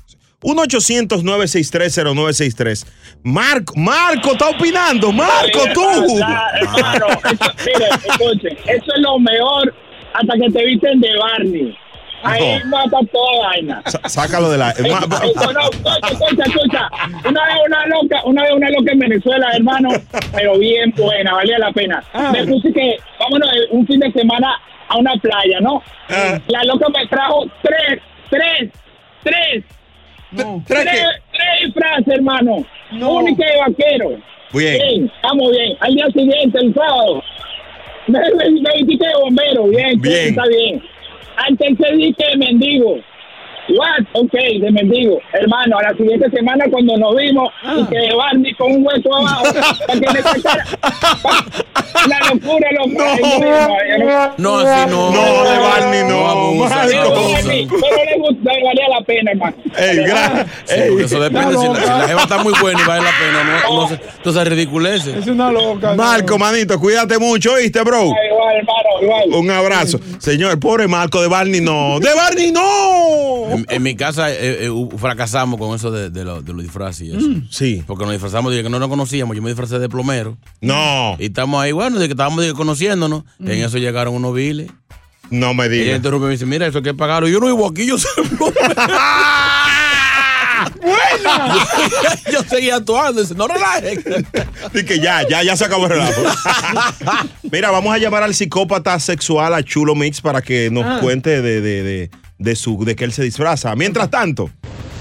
Speaker 1: 1-800-963-0963. Marco, Marco, está opinando. Marco, tú.
Speaker 22: Hermano, eso- mire, escuchen, eso es lo mejor hasta que te visten de Barney. Ahí
Speaker 1: No.
Speaker 22: mata toda vaina.
Speaker 1: Sa- sácalo de la.
Speaker 22: Eso-
Speaker 1: *laughs*
Speaker 22: eso no, escucha, escucha, escucha. Una vez una loca, una vez una loca en Venezuela, hermano, pero bien buena, valía la pena.
Speaker 1: Ah,
Speaker 22: Me puse que, vámonos eh, un fin de semana a una playa, ¿no?
Speaker 1: Ah.
Speaker 22: La loca me trajo tres, tres, tres.
Speaker 1: ¿Tres qué?
Speaker 22: Tres, tres disfraces, hermano. Única de vaquero.
Speaker 1: Bien.
Speaker 22: Estamos bien. Al día siguiente, el sábado, me, me, me vestí de bombero. Bien,
Speaker 1: Bien.
Speaker 22: está bien. Al tercer día que de mendigo. What? Ok, de mendigo. Hermano, a la siguiente semana cuando nos vimos, y
Speaker 1: Ah.
Speaker 22: que de Barney con un hueso abajo. para que me sacara- la locura, loco. Ay, ya
Speaker 4: No, así no.
Speaker 1: No, de Barney no,
Speaker 22: abusa,
Speaker 1: Marco.
Speaker 22: Barney, Pero le gusta, le valía la pena, hermano.
Speaker 1: Ey, gra- ey.
Speaker 4: Eso depende. Si la, si la jeva está muy buena y vale la pena,
Speaker 1: *laughs*
Speaker 4: no, no se- entonces ridiculeces.
Speaker 2: *laughs* Es una loca.
Speaker 1: Marco, manito, cuídate mucho, ¿oíste, bro? Un abrazo. Señor, pobre Marco de Barney, no. ¡De Barney, no!
Speaker 4: En, en mi casa eh, eh, hu- fracasamos con eso de, de lo- de los disfraces y eso.
Speaker 1: Mm. Sí.
Speaker 4: Porque nos disfrazamos de que no nos conocíamos. Yo me disfrazé de plomero.
Speaker 1: No. Mm.
Speaker 4: Y estamos ahí, bueno, de que estábamos de que conociéndonos. En eso llegaron unos viles.
Speaker 1: No me
Speaker 4: digas. Ella interrumpe y me dice, mira, eso hay que pagaron. Yo no vivo aquí, yo soy
Speaker 1: *laughs*
Speaker 4: plomero.
Speaker 14: ¡Buena!
Speaker 4: *laughs* yo seguía actuando. Dice,
Speaker 1: *laughs*
Speaker 4: no relajes.
Speaker 1: Así que ya, ya, ya se acabó el relajo. Mira, vamos a llamar al psicópata sexual a Chulo Mix para que nos
Speaker 23: Ah.
Speaker 1: cuente de, de, de, de su, de que él se disfraza. Mientras tanto.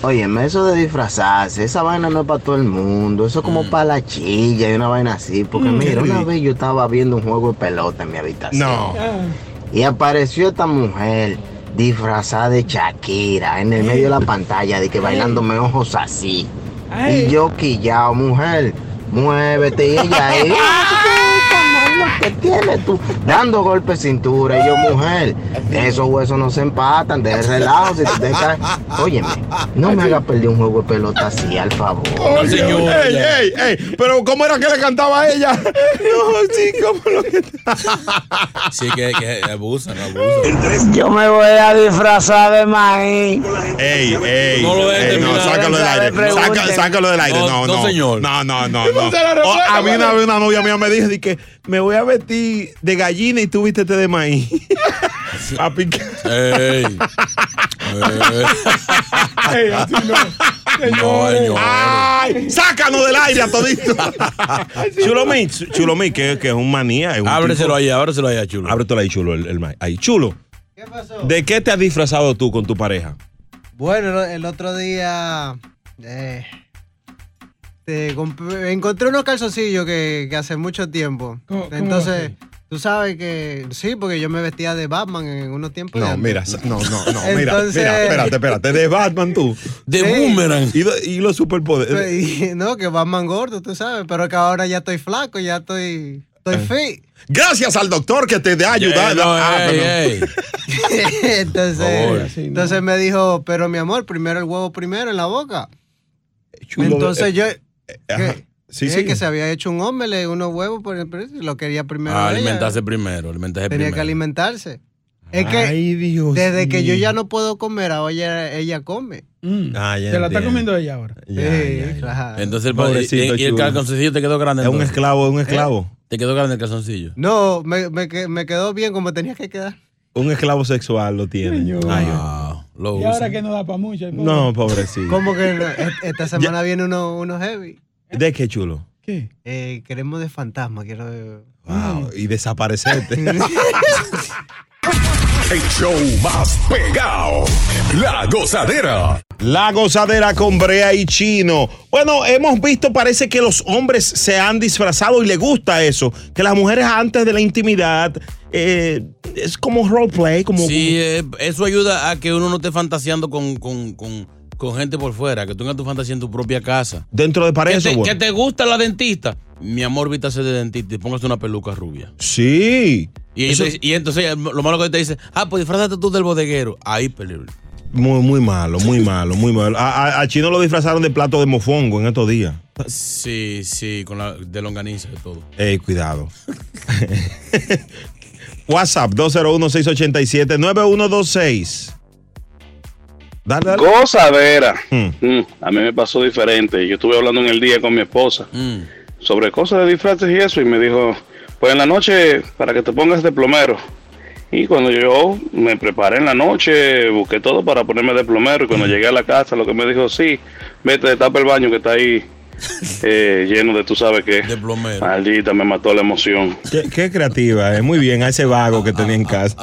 Speaker 23: Óyeme, eso de disfrazarse, esa vaina no es para todo el mundo, eso es como para la chilla y una vaina así. Porque
Speaker 24: Mm, qué
Speaker 23: mira, una
Speaker 24: ridículo.
Speaker 23: vez yo estaba viendo un juego de pelota en mi habitación.
Speaker 24: No.
Speaker 14: Ah.
Speaker 23: Y apareció esta mujer disfrazada de Shakira en el medio de la pantalla, de que bailándome ojos así.
Speaker 1: *laughs*
Speaker 23: Y yo quillao, mujer, muévete y ella ahí. lo que tienes tú. Dando golpes cintura. Y yo, mujer, esos huesos no se empatan. Deja el relajo. Si te dejas. Óyeme, no me hagas perder un juego de pelota así, al favor.
Speaker 1: Oye, Oh, ey, ey, ey, pero ¿cómo era que le cantaba a ella? *laughs* No, sí, ¿cómo lo *laughs* que...
Speaker 4: *laughs* Sí, que, que abusan, abusan.
Speaker 8: Yo me voy a disfrazar de maíz.
Speaker 1: Ey, ey. No lo dejes No, sácalo del aire. Saca- sácalo del aire. No, no. No, señor. No, no, no. no.
Speaker 4: Oh,
Speaker 14: usted la
Speaker 1: O, Oh, a
Speaker 14: resuelve,
Speaker 1: mí una
Speaker 14: ¿verdad?
Speaker 1: vez una novia mía me dijo de que me voy a vestir de gallina y tú vístete de *laughs* maíz. a picar.
Speaker 4: Ey.
Speaker 1: *laughs* Ey, así no. Ay, sácanos del aire a todito. Chulomí, Chulomí, que, que es un manía.
Speaker 4: Ábreselo ahí,
Speaker 1: ábreselo ahí a Chulo. Ábretelo ahí, Chulo, el, el maíz. Ahí, Chulo. ¿De qué te has disfrazado tú con tu pareja?
Speaker 24: Bueno, el otro día eh, te comp- encontré unos calzoncillos que, que hace mucho tiempo.
Speaker 14: cómo
Speaker 24: Entonces, tú sabes que sí, porque yo me vestía de Batman en unos tiempos. de
Speaker 1: No,
Speaker 24: antes.
Speaker 1: mira, sa- no, no, no, mira,
Speaker 24: Pues
Speaker 1: eh,
Speaker 24: Entonces-
Speaker 1: mira, espérate, espérate, de Batman tú.
Speaker 24: De Sí. Boomerang.
Speaker 1: Y, de- y los superpoderes.
Speaker 24: Pues, *laughs* y- no, que Batman gordo, tú sabes, pero que ahora ya estoy flaco, ya estoy,
Speaker 1: Eh.
Speaker 24: estoy fit.
Speaker 1: Gracias al doctor que te ha ayudado.
Speaker 24: no,
Speaker 1: Ah,
Speaker 24: ey,
Speaker 1: pero- Por favor.
Speaker 24: *laughs* entonces,
Speaker 1: Así no.
Speaker 24: entonces me dijo, pero mi amor, primero el huevo primero en la boca.
Speaker 1: Chulo,
Speaker 24: entonces
Speaker 1: eh,
Speaker 24: yo...
Speaker 1: ajá.
Speaker 24: que-
Speaker 1: Sí,
Speaker 24: es
Speaker 1: sí.
Speaker 24: que se había hecho un omelette, unos huevos, por ejemplo, lo quería primero.
Speaker 4: Ah,
Speaker 24: ella.
Speaker 4: alimentarse primero, alimentarse
Speaker 24: Tenía que
Speaker 4: primero.
Speaker 24: alimentarse. Es que desde que yo ya no puedo comer, ahora ella, ella come.
Speaker 1: Ah, ya
Speaker 2: Se la está
Speaker 1: entiendo.
Speaker 2: comiendo ella ahora.
Speaker 24: Sí, claro.
Speaker 4: Entonces el
Speaker 1: Pobrecito
Speaker 4: y, y el
Speaker 1: chulo.
Speaker 4: calzoncillo te quedó grande.
Speaker 1: Es un esclavo, es un
Speaker 4: ¿Eh?
Speaker 1: esclavo.
Speaker 4: Te quedó grande el calzoncillo.
Speaker 24: No, me, me que- me quedó bien como tenía que quedar.
Speaker 1: Un esclavo sexual lo tiene. Ay,
Speaker 4: lo
Speaker 2: Y ahora que no da para mucho. pobre.
Speaker 1: No, pobrecito.
Speaker 24: Como que no? E-
Speaker 1: *laughs*
Speaker 24: esta semana viene uno, uno heavy.
Speaker 1: ¿De qué chulo?
Speaker 24: Eh, queremos de fantasma, quiero...
Speaker 1: Wow, y desaparecerte.
Speaker 7: El show más pegado. La gozadera.
Speaker 1: La gozadera con Brea y Chino. Bueno, hemos visto, parece que los hombres se han disfrazado y le gusta eso. Que las mujeres antes de la intimidad eh, es como roleplay, como.
Speaker 4: Sí, eh, eso ayuda a que uno no esté fantaseando con, con, con, con gente por fuera, que tú tengas tu fantasía en tu propia casa.
Speaker 1: Dentro de pareja,
Speaker 4: ¿Qué te,
Speaker 1: eso, bueno.
Speaker 4: que te gusta la dentista? Mi amor, vítase de dentista y póngase una peluca rubia.
Speaker 1: Sí.
Speaker 4: Y, ella te dice- y entonces eh, lo malo que te dice, ah, pues disfrázate tú del bodeguero. Ahí peligro.
Speaker 1: Muy, muy malo, muy malo, muy malo. A, a- a Chino lo disfrazaron de plato de mofongo en estos días.
Speaker 4: Sí, sí, con la de longaniza y todo.
Speaker 1: Ey, cuidado. *laughs* WhatsApp 201-687-9126. Dale, dale.
Speaker 25: Gozadera. Mm, A mí me pasó diferente. Yo estuve hablando en el día con mi esposa sobre cosas de disfraces y eso. Y me dijo, pues en la noche, para que te pongas de plomero. Y cuando yo me preparé en la noche, busqué todo para ponerme de plomero. Y cuando llegué a la casa, lo que me dijo, sí, vete, destapa el baño que está ahí eh, lleno de tú sabes qué. De
Speaker 4: plomero.
Speaker 25: Maldita, me mató la emoción.
Speaker 1: Qué, qué creativa, es muy bien a ese vago que tenía en casa.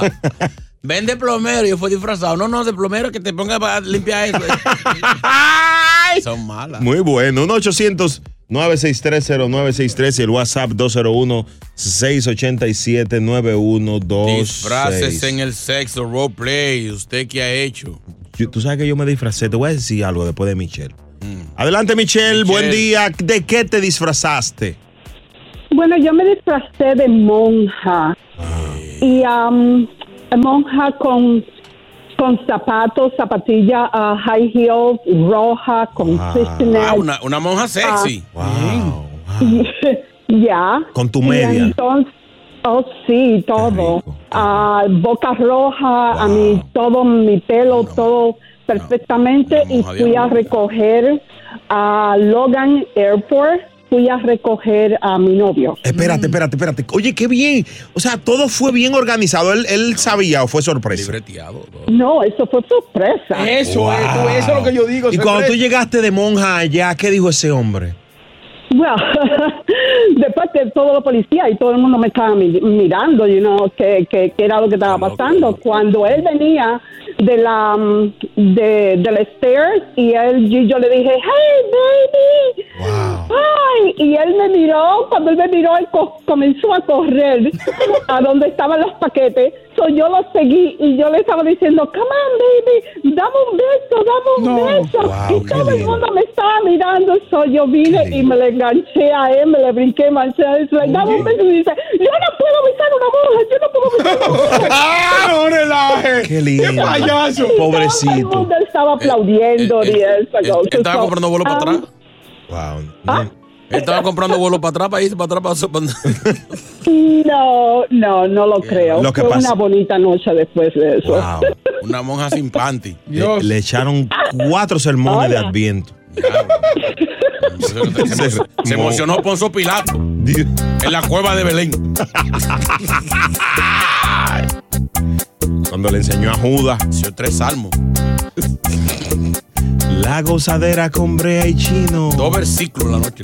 Speaker 4: Ven de plomero, yo fui disfrazado. No, no, de plomero que te ponga para limpiar *laughs* eso. Son malas.
Speaker 1: Muy bueno. 1 800 963 y el WhatsApp 201-687-9126.
Speaker 4: Disfraces en el sexo, roleplay. ¿Usted qué ha hecho?
Speaker 1: Yo- Tú sabes que yo me disfracé. Te voy a decir algo después de Michelle. Adelante, Michelle. Buen día. ¿De qué te disfrazaste?
Speaker 26: *laughs* Bueno, yo me disfracé de monja. Y am, monja con, con zapatos, zapatilla ah, high heels, roja, con cisnes.
Speaker 4: Ah, una, una monja sexy.
Speaker 26: *laughs* ya.
Speaker 1: Con tu
Speaker 26: Y
Speaker 1: media.
Speaker 26: entonces, oh, sí, todo. Ah, boca roja, a mí, todo mi pelo, todo perfectamente. Y fui a recoger a Logan Airport, fui a recoger a mi novio.
Speaker 1: Espérate, espérate, espérate. Oye, qué bien. O sea, todo fue bien organizado. Él, él sabía o fue sorpresa. eh,
Speaker 26: No, eso fue sorpresa.
Speaker 2: Eso, eso, eso es lo que yo digo.
Speaker 1: Y cuando tú llegaste de monja allá, ¿qué dijo ese hombre?
Speaker 26: *laughs* Bueno, después que todos los policías y todo el mundo me estaba mi- mirando, you know, que, que- que era lo que estaba pasando. Cuando él venía de la mm, de, de la stairs y él y yo le dije, hey baby, ay, y él me miró, cuando él me miró, él co- comenzó a correr a donde estaban los paquetes. So, beso, yo lo seguí y yo le estaba diciendo, come on, baby, dame un beso, dame un beso. y todo el mundo me estaba mirando, so yo vine y me le enganché a él, me le brinqué, manché, le dame un beso y dice, yo no puedo besar una mujer, yo no puedo besar una mujer.
Speaker 2: ¡Ah, no relaje!
Speaker 1: ¡Qué lindo!
Speaker 2: ¡Qué payaso!
Speaker 26: Todo el mundo
Speaker 4: Eh,
Speaker 26: estaba aplaudiendo y
Speaker 4: Él
Speaker 26: eso.
Speaker 4: eh, estaba comprando vuelo para
Speaker 26: Ah,
Speaker 4: atrás. Él estaba comprando vuelo para atrás, para irse para atrás. Para...
Speaker 26: No, no, no
Speaker 1: Eh,
Speaker 26: lo creo.
Speaker 4: Lo que
Speaker 26: Fue
Speaker 4: pasa-
Speaker 26: una bonita noche después de eso.
Speaker 4: Wow. *laughs*
Speaker 26: *laughs*
Speaker 4: Una monja sin panty.
Speaker 1: Le, le echaron cuatro sermones de Adviento.
Speaker 4: Se, se- se emocionó Ponzo Pilato en la cueva de Belén.
Speaker 1: *laughs* Cuando le enseñó a Judas.
Speaker 4: tres salmos.
Speaker 1: La gozadera con Brea y Chino.
Speaker 4: Dos versículos en la noche.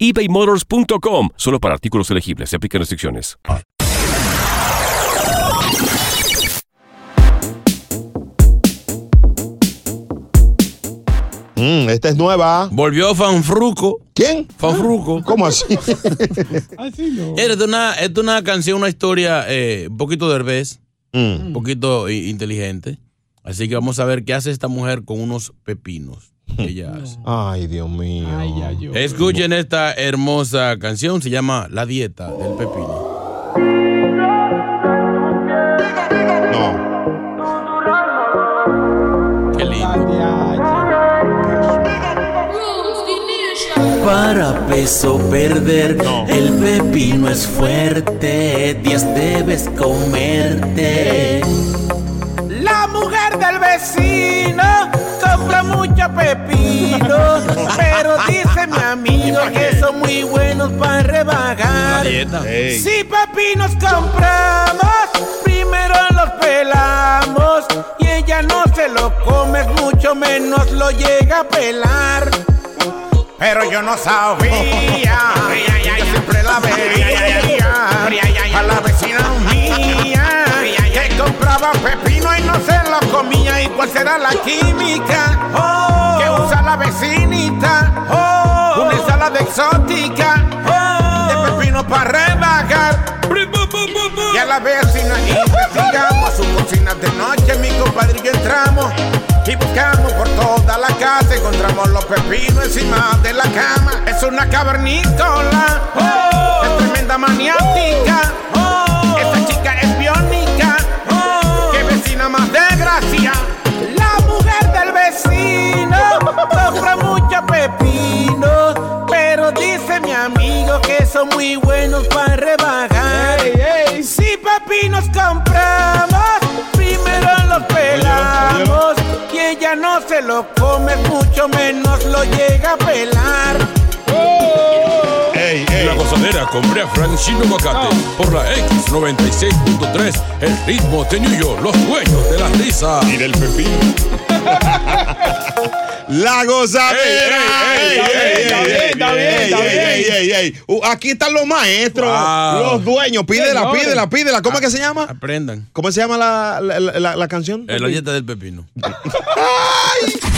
Speaker 15: ebaymotors.com. Solo para artículos elegibles. Se aplican restricciones.
Speaker 1: Mm, esta es nueva.
Speaker 4: Volvió Fanfruco.
Speaker 1: ¿Quién?
Speaker 4: Fanfruco.
Speaker 1: *laughs* ¿Cómo así?
Speaker 4: Era de una, es de una canción, una historia eh, un poquito de herbés,
Speaker 1: Mm.
Speaker 4: un poquito i- inteligente. Así que vamos a ver qué hace esta mujer con unos
Speaker 1: *laughs*
Speaker 4: pepinos. que Ella hace.
Speaker 1: Ay, Dios mío.
Speaker 4: Escuchen esta hermosa canción, se llama La dieta del pepino. Qué
Speaker 14: Para peso perder, el pepino es fuerte, 10 debes comerte.
Speaker 9: La mujer del vecino compra mucho pepino, pero dice mi amigo que son muy buenos para rebajar.
Speaker 14: Ey.
Speaker 9: Si pepinos compramos, primero los pelamos y ella no se lo come, mucho menos lo llega a pelar. Pero yo no sabía, yo siempre la veía a la vecina mía que compraba pepino y no se lo comía y cuál será la química que usa la vecinita, una ensalada exótica de pepino para rebajar. Y a la vecina investigamos su cocina de noche, mi compadre y yo entramos y buscamos por toda la casa, encontramos los pepinos encima de la cama. Es una cavernícola, es tremenda maniática, esta chica es biónica, qué vecina más desgracia. Oh. La mujer del vecino compra mucho pepino, pero dice mi amigo que son muy buenos para rebajar. Si pepinos compramos, primero los pelamos y ella no se lo come, mucho menos lo llega a pelar. Oh.
Speaker 4: La gozadera con Brea Frank Chino Aguacate por la X96.3, el ritmo de New York, los dueños de la risa. Y del pepino.
Speaker 1: La gozadera.
Speaker 14: Ey, ey, ey,
Speaker 1: Ey, ey,
Speaker 14: está bien,
Speaker 1: ey,
Speaker 14: está bien, está
Speaker 1: ey,
Speaker 14: bien.
Speaker 1: ey, ey, ey. Uh, Aquí están los maestros,
Speaker 4: Wow.
Speaker 1: los dueños. Pídela,
Speaker 4: Señores.
Speaker 1: pídela, pídela. ¿Cómo es que se llama?
Speaker 4: Aprendan.
Speaker 1: ¿Cómo se llama la, la, la- la canción?
Speaker 4: El oyente del pepino.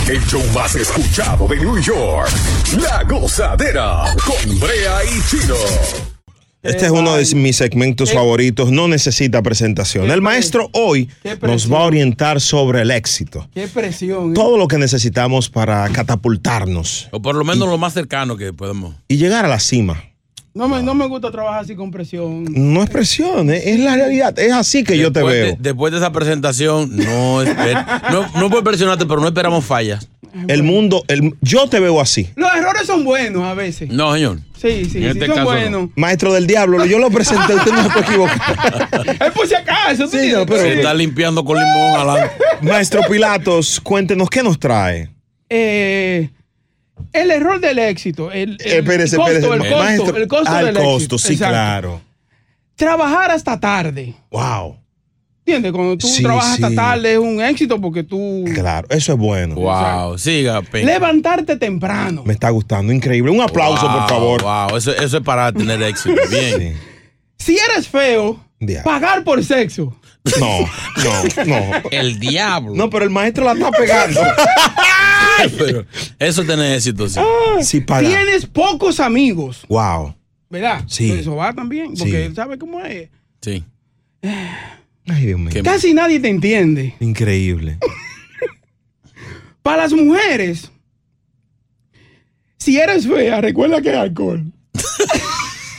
Speaker 7: El show más escuchado de New York. La gozadera con Brea y Chino.
Speaker 1: Este es uno de mis
Speaker 2: Eh.
Speaker 1: segmentos favoritos, no necesita presentación. El maestro hoy nos va a orientar sobre el éxito.
Speaker 2: Qué presión. eh.
Speaker 1: Todo lo que necesitamos para catapultarnos
Speaker 4: O por lo menos lo más cercano que podemos.
Speaker 1: y llegar a la cima.
Speaker 2: No me, no me gusta trabajar así con presión.
Speaker 1: No es presión, eh, es, es la realidad, es así que yo te
Speaker 4: Después de-
Speaker 1: veo.
Speaker 4: después de esa presentación, no esper- no, no por presionarte, pero no esperamos fallas.
Speaker 1: El mundo, el, yo te veo así.
Speaker 2: Los errores son buenos a veces.
Speaker 4: No, señor.
Speaker 2: Sí, sí, sí,
Speaker 1: En este
Speaker 2: son
Speaker 1: caso,
Speaker 2: buenos.
Speaker 1: Maestro del diablo, yo
Speaker 2: *laughs*
Speaker 1: lo presenté, usted no se equivocado.
Speaker 2: Es por si acaso. Sí,
Speaker 4: Se está limpiando con limón adelante.
Speaker 1: Maestro Pilatos, cuéntenos qué nos trae.
Speaker 2: Eh, el error del éxito. El, el
Speaker 1: Eh, Espérese,
Speaker 2: costo,
Speaker 1: espérese.
Speaker 2: el costo,
Speaker 1: Maestro,
Speaker 2: el costo
Speaker 1: ah, el
Speaker 2: del
Speaker 1: costo,
Speaker 2: éxito.
Speaker 1: sí,
Speaker 2: Exacto.
Speaker 1: claro.
Speaker 2: trabajar hasta tarde.
Speaker 1: Wow.
Speaker 2: ¿Entiendes? Cuando tú
Speaker 1: Sí,
Speaker 2: trabajas
Speaker 1: sí.
Speaker 2: hasta tarde es un éxito porque tú
Speaker 1: Claro, eso es bueno.
Speaker 4: Wow, siga, Peña.
Speaker 2: levantarte temprano.
Speaker 1: Me está gustando, increíble. Un aplauso,
Speaker 4: Wow,
Speaker 1: por favor.
Speaker 4: Wow, eso, eso es para tener éxito. Bien.
Speaker 2: Si eres feo, pagar por sexo.
Speaker 1: No, no, no.
Speaker 4: El diablo.
Speaker 1: No, pero el maestro la está pegando.
Speaker 4: *laughs* Pero eso es tener éxito, sí.
Speaker 1: Sí, paga.
Speaker 2: Ah, Tienes pocos amigos,
Speaker 1: Wow.
Speaker 2: ¿verdad? Pues
Speaker 1: Sí.
Speaker 2: Eso va también, porque él sabe cómo es.
Speaker 4: Sí.
Speaker 1: Ay, Dios mío.
Speaker 2: Casi nadie te entiende.
Speaker 1: Increíble.
Speaker 2: Para las mujeres, si eres fea, recuerda que hay alcohol.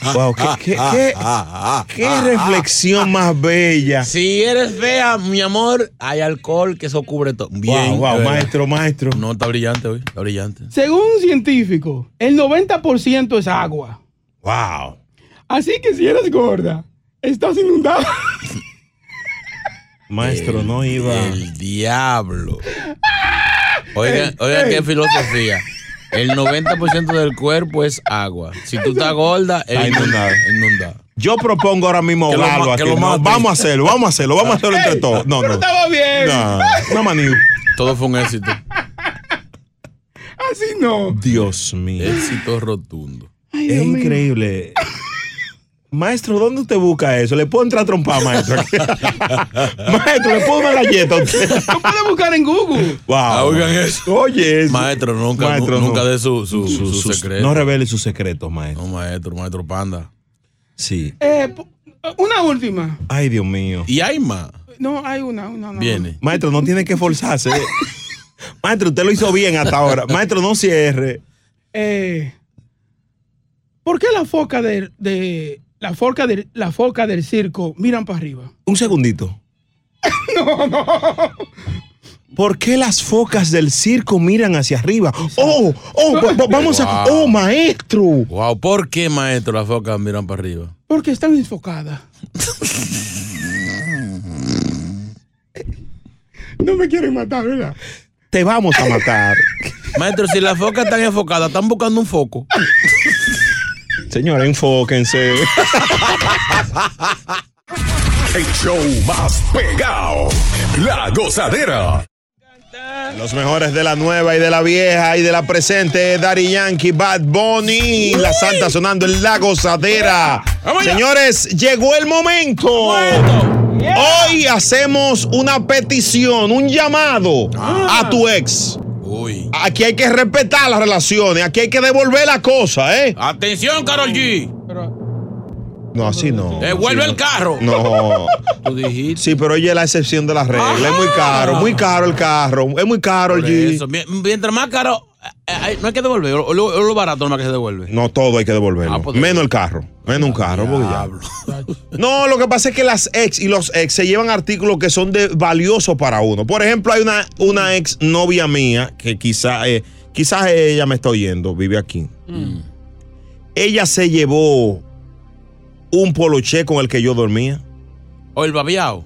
Speaker 4: Ah,
Speaker 1: Wow, qué, qué- qué- qué reflexión más bella.
Speaker 4: Si eres fea, mi amor, hay alcohol que eso cubre todo. Bien.
Speaker 1: Wow, wow,
Speaker 4: de verdad.
Speaker 1: maestro, maestro.
Speaker 4: No, está brillante hoy. Está brillante.
Speaker 2: Según un científico, el 90% es agua.
Speaker 1: Wow.
Speaker 2: Así que si eres gorda, estás inundada.
Speaker 1: Maestro, no iba.
Speaker 4: El diablo. Oigan, oigan qué filosofía. El 90% del cuerpo es agua. Si tú estás gorda, es
Speaker 1: Está
Speaker 4: inundada.
Speaker 1: inundada. Yo propongo ahora mismo
Speaker 4: Que lo
Speaker 1: hablarlo
Speaker 4: ma-
Speaker 1: aquí.
Speaker 4: que lo
Speaker 1: No,
Speaker 4: maten.
Speaker 1: vamos a hacerlo, vamos a hacerlo, vamos a hacerlo entre
Speaker 4: Ey,
Speaker 1: todos. No,
Speaker 4: pero
Speaker 1: no.
Speaker 4: estaba bien.
Speaker 1: No, no, maní.
Speaker 4: Todo fue un éxito.
Speaker 2: Así no.
Speaker 1: Dios mío.
Speaker 4: Éxito rotundo.
Speaker 2: Ay,
Speaker 1: Es
Speaker 2: Dios mío.
Speaker 1: increíble. Maestro, ¿dónde usted busca eso? Le puedo entrar a trompar, maestro.
Speaker 4: *laughs*
Speaker 1: maestro, le puedo dar galleta a usted.
Speaker 2: Lo puedes buscar en Google.
Speaker 1: Wow.
Speaker 4: Ah, oigan eso.
Speaker 1: Oye, eso.
Speaker 4: Maestro, nunca, nu-
Speaker 1: Maestro,
Speaker 4: nunca
Speaker 1: no.
Speaker 4: dé su, su, su
Speaker 1: sus-
Speaker 4: secreto.
Speaker 1: No revele sus secretos, maestro.
Speaker 4: No, maestro, maestro Panda.
Speaker 1: Sí.
Speaker 2: Eh, pu- una última.
Speaker 1: Ay, Dios mío.
Speaker 4: Y hay más.
Speaker 2: No, hay una, una, una.
Speaker 1: Maestro, no tiene que forzarse. maestro, usted lo hizo bien hasta ahora. Maestro, no cierre.
Speaker 2: Eh, ¿Por qué la foca del- de, la foca del, la foca del circo miran para arriba? *laughs*
Speaker 1: Un segundito.
Speaker 2: no, no.
Speaker 1: ¿Por qué las focas del circo miran hacia arriba? ¡Oh! ¡Oh! va- va- vamos a.
Speaker 4: Wow.
Speaker 1: ¡Oh, maestro!
Speaker 4: Wow, ¿por qué, maestro, las focas miran para arriba?
Speaker 2: Porque están
Speaker 1: *laughs*
Speaker 2: enfocadas. no me quieren matar, ¿verdad?
Speaker 1: Te vamos a matar.
Speaker 4: Maestro, si las focas están enfocadas, están buscando un foco.
Speaker 1: Señores, enfóquense.
Speaker 7: El show más pegado. La gozadera.
Speaker 1: Los mejores de la nueva y de la vieja y de la presente, Daddy Yankee, Bad Bunny, la santa sonando en la gozadera. Señores, llegó el momento. Hoy hacemos una petición, un llamado
Speaker 4: Ah.
Speaker 1: a tu ex. Aquí hay que respetar las relaciones, aquí hay que devolver la cosa, ¿eh?
Speaker 4: Atención, Carol G.
Speaker 1: No, así no.
Speaker 4: Devuelve el carro. *laughs*
Speaker 1: No. Sí, pero ella es la excepción de las reglas. Es muy caro, muy caro el carro. Es muy caro el
Speaker 4: Por
Speaker 1: G.
Speaker 4: eso, mien- mientras más caro, eh, eh, no hay que devolver. O lo, o lo barato no más que se devuelve. Ah, pues,
Speaker 1: No, todo hay que devolverlo. Menos el carro. Menos un carro. porque ya. *laughs* No, lo que pasa es que las ex y los ex se llevan artículos que son de valiosos para uno. Por ejemplo, hay una, una ex novia mía que quizá, eh, quizás ella me está oyendo, vive aquí.
Speaker 2: Mm.
Speaker 1: Ella se llevó un poloché con el que yo dormía.
Speaker 4: O el babiao.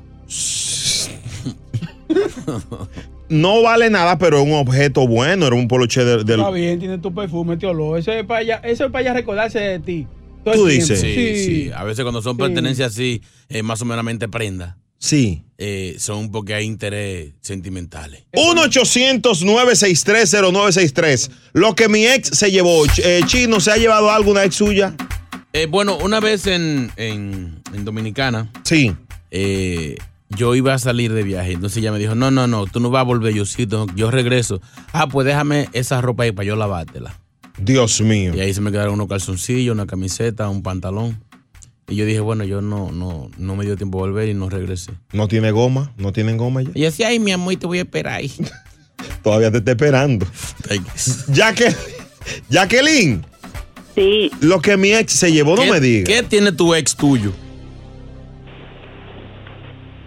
Speaker 1: No vale nada, pero es un objeto bueno. Era un poloché del. del-
Speaker 2: Está bien, tiene tu perfume, te olor. Eso es para ella, eso es para ella recordarse de ti. todo el
Speaker 1: Tú
Speaker 2: tiempo.
Speaker 1: dices.
Speaker 4: Sí, sí,
Speaker 2: Sí.
Speaker 4: A veces cuando son
Speaker 2: Sí.
Speaker 4: pertenencias así, eh, más o menos prenda,
Speaker 1: Sí.
Speaker 4: eh, son porque hay interés sentimentales.
Speaker 1: 1-800-963-0963. Lo que mi ex se llevó. Ch- eh, Chino, ¿se ha llevado algo una ex suya?
Speaker 4: Eh, bueno, una vez en, en- en Dominicana. eh,
Speaker 1: Sí.
Speaker 4: yo iba a salir de viaje, entonces ella me dijo, no, no, no, tú no vas a volver, yo sí, no, yo regreso. Ah, pues déjame esa ropa ahí para yo lavártela.
Speaker 1: Dios mío.
Speaker 4: Y ahí se me quedaron unos calzoncillos, una camiseta, un pantalón. Y yo dije, bueno, yo no, no, no me dio tiempo de volver y no regresé.
Speaker 1: No tiene goma, no tienen goma ya.
Speaker 4: Y decía, ay, mi amor, te voy a esperar ahí.
Speaker 1: Todavía te está esperando. Ya que, Jacqueline.
Speaker 5: Sí.
Speaker 1: Lo que mi ex se llevó, no me digas.
Speaker 4: ¿Qué tiene tu ex tuyo?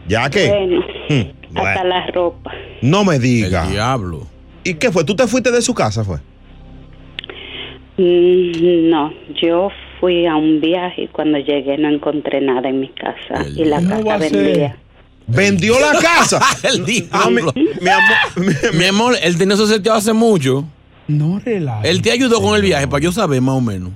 Speaker 1: ¿Ya que?
Speaker 5: Bueno,
Speaker 1: Hmm,
Speaker 5: hasta
Speaker 1: bueno.
Speaker 5: la ropa.
Speaker 1: No me digas.
Speaker 4: diablo.
Speaker 1: ¿Y qué fue? ¿Tú te fuiste de su casa, fue?
Speaker 5: Mm, No, yo fui a un viaje y cuando llegué no encontré nada en mi casa y la casa vendía.
Speaker 1: Vendió
Speaker 4: *laughs*
Speaker 1: la casa.
Speaker 4: el diablo. mi,
Speaker 1: amor,
Speaker 4: él tenía eso seteado hace mucho.
Speaker 2: No relaja.
Speaker 4: Él te ayudó con el viaje para yo saber más o menos.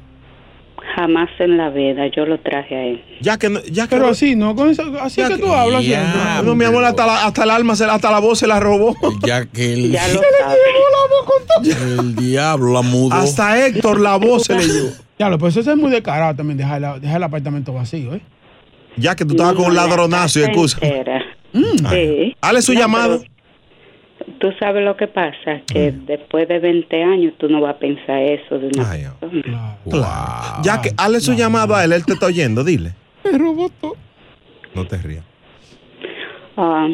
Speaker 5: Jamás en la vida, yo lo traje a él.
Speaker 1: Ya que no- ya que
Speaker 2: Pero
Speaker 1: no-
Speaker 2: así, ¿no? Con eso- así es que tú hablas
Speaker 1: Ya,
Speaker 2: siempre.
Speaker 1: No, mi amor, hasta, la- hasta el alma, se la- hasta la voz se la robó.
Speaker 4: Ya que
Speaker 1: *laughs*
Speaker 4: el,
Speaker 2: *laughs*
Speaker 1: Ya lo
Speaker 4: *laughs* el diablo la mudó.
Speaker 1: Hasta Héctor la voz se le llevó.
Speaker 2: *laughs* Ya lo, pues eso es muy descarado también, dejar, la- dejar el apartamento vacío, ¿eh?
Speaker 1: Ya que tú estabas con un ladronazo y excusa.
Speaker 5: Sí.
Speaker 1: Hale su llamado.
Speaker 5: pero Tú sabes lo que pasa, que después de 20 años tú no vas a pensar eso de una persona.
Speaker 1: Claro. Ya que hazle su llamado a él, él te está oyendo, dile.
Speaker 2: Me robó todo.
Speaker 1: No te rías.
Speaker 5: Ah,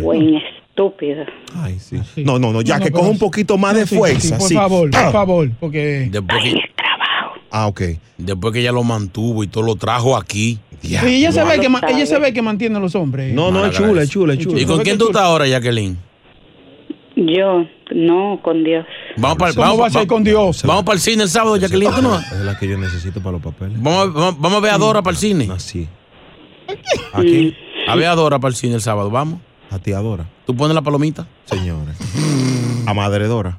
Speaker 5: buen estúpido.
Speaker 1: Ay, sí. No, no, no, ya que coja un poquito más de
Speaker 2: Sí,
Speaker 1: fuerza.
Speaker 2: sí, por
Speaker 1: sí.
Speaker 2: favor,
Speaker 1: Ah.
Speaker 2: por favor, porque...
Speaker 4: Después que,
Speaker 1: Ah, ok.
Speaker 4: Después que ella lo mantuvo y todo lo trajo aquí.
Speaker 2: Sí, ella, se ve que, ma- ella se ve que mantiene a los hombres.
Speaker 4: No, no, es chula, es
Speaker 1: chula, es
Speaker 4: ¿Y con quién tú estás ahora, Jacqueline?
Speaker 5: Yo, no, con Dios.
Speaker 4: Vamos para, el-
Speaker 5: ¿Cómo
Speaker 4: vamos,
Speaker 5: va a ser
Speaker 4: va-
Speaker 2: con Dios?
Speaker 4: Vamos para el cine el sábado, Jacqueline. ¿tú no vas?
Speaker 1: Es la que yo necesito para los papeles.
Speaker 4: Vamos, a- vamos- vamos a ver a Dora para el cine.
Speaker 1: Así.
Speaker 4: Aquí. A ver a Dora para el cine el sábado, vamos.
Speaker 1: A ti, Adora.
Speaker 4: ¿Tú pones la palomita?
Speaker 1: Señores. A madredora.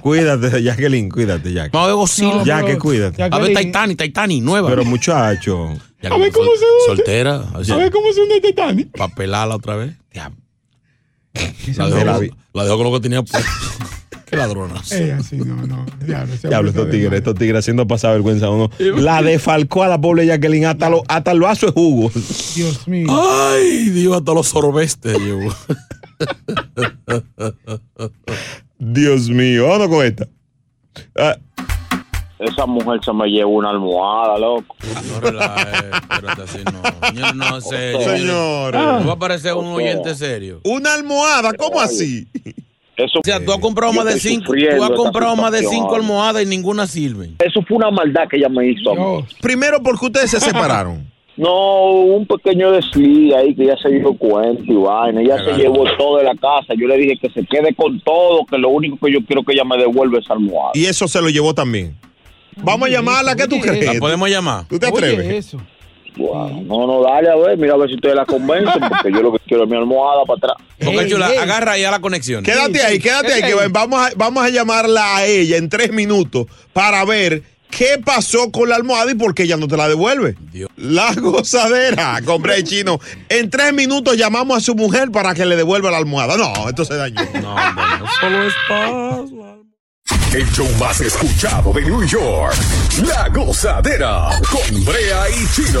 Speaker 1: Cuídate, Jacqueline, cuídate, Jacqueline.
Speaker 4: Vamos a ver Godzilla.
Speaker 1: Ya que cuídate.
Speaker 4: A ver Titanic, Titanic, nueva.
Speaker 1: Pero muchacho.
Speaker 4: A ver cómo se Soltera.
Speaker 2: A ver cómo se hunde el Titanic.
Speaker 4: Para pelarla otra vez.
Speaker 1: *laughs*
Speaker 4: Diablo. La dejó, con- la dejó con lo que
Speaker 1: *laughs*
Speaker 4: tenía puesto. Qué ladrona.
Speaker 2: Eh, así, no, no. Diablo, se
Speaker 1: Diablo, estos tigres, estos tigres haciendo pasar vergüenza a uno. La defalcó a la pobre Jacqueline hasta, lo, hasta el vaso de jugo.
Speaker 2: Dios mío.
Speaker 4: Ay, Dios, hasta los sorbestes llevó.
Speaker 1: Dios mío, vamos con esta. Ah,
Speaker 10: *laughs* Esa mujer se me llevó una almohada, loco.
Speaker 1: Ah,
Speaker 4: No relaje, espérate así, no. *laughs* Señor, no, serio.
Speaker 10: Señor.
Speaker 4: No va a parecer un
Speaker 10: Ah.
Speaker 4: oyente serio.
Speaker 1: una almohada, ¿cómo así?
Speaker 10: Eso,
Speaker 4: O sea, tú has comprado más de cinco, tú has comprado más de cinco almohadas y ninguna sirve.
Speaker 10: Eso fue una maldad que ella me hizo. a mí.
Speaker 1: Primero, porque ustedes se separaron?
Speaker 10: No, hubo un pequeño desliz ahí que ya se dio cuenta y vaina. Ella se llevó todo de la casa. Yo le dije que se quede con todo, que lo único que yo quiero que ella me devuelva es almohada.
Speaker 1: Y eso se lo llevó también. Vamos a llamarla, ¿qué tú crees?
Speaker 4: La podemos llamar.
Speaker 1: ¿Tú te atreves?
Speaker 10: Wow. No, no, dale a ver, mira a ver si ustedes la convencen, porque yo lo que quiero es mi almohada para atrás.
Speaker 4: Porque chula, agarra ya la conexión.
Speaker 1: Quédate ahí, quédate ahí, que va- vamos a, vamos a llamarla a ella en tres minutos para ver qué pasó con la almohada y por qué ella no te la devuelve. La gozadera, compré el chino. En tres minutos llamamos a su mujer para que le devuelva la almohada. No, esto se dañó.
Speaker 4: No, no solo es
Speaker 7: El show más escuchado de New York. La gozadera con Brea y Chino.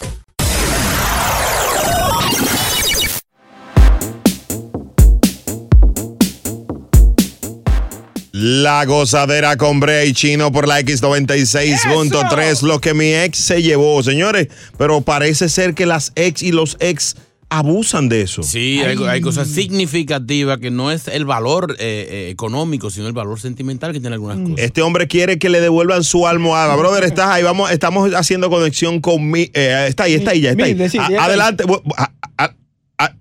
Speaker 1: La gozadera con Bray Chino por la X96.3, lo que mi ex se llevó, señores. Pero parece ser que las ex y los ex abusan de eso.
Speaker 4: *laughs* Sí, hay, hay cosas significativas que no es el valor eh, eh, económico, sino el valor sentimental que tiene algunas cosas.
Speaker 1: Este hombre quiere que le devuelvan su almohada. Brother, estás ahí. Vamos, estamos haciendo conexión con mi. eh, está ahí, está ahí, ya está ahí.
Speaker 10: Mildred, sí,
Speaker 1: A-
Speaker 10: ya está
Speaker 1: adelante. Bu- bu- a- a- a-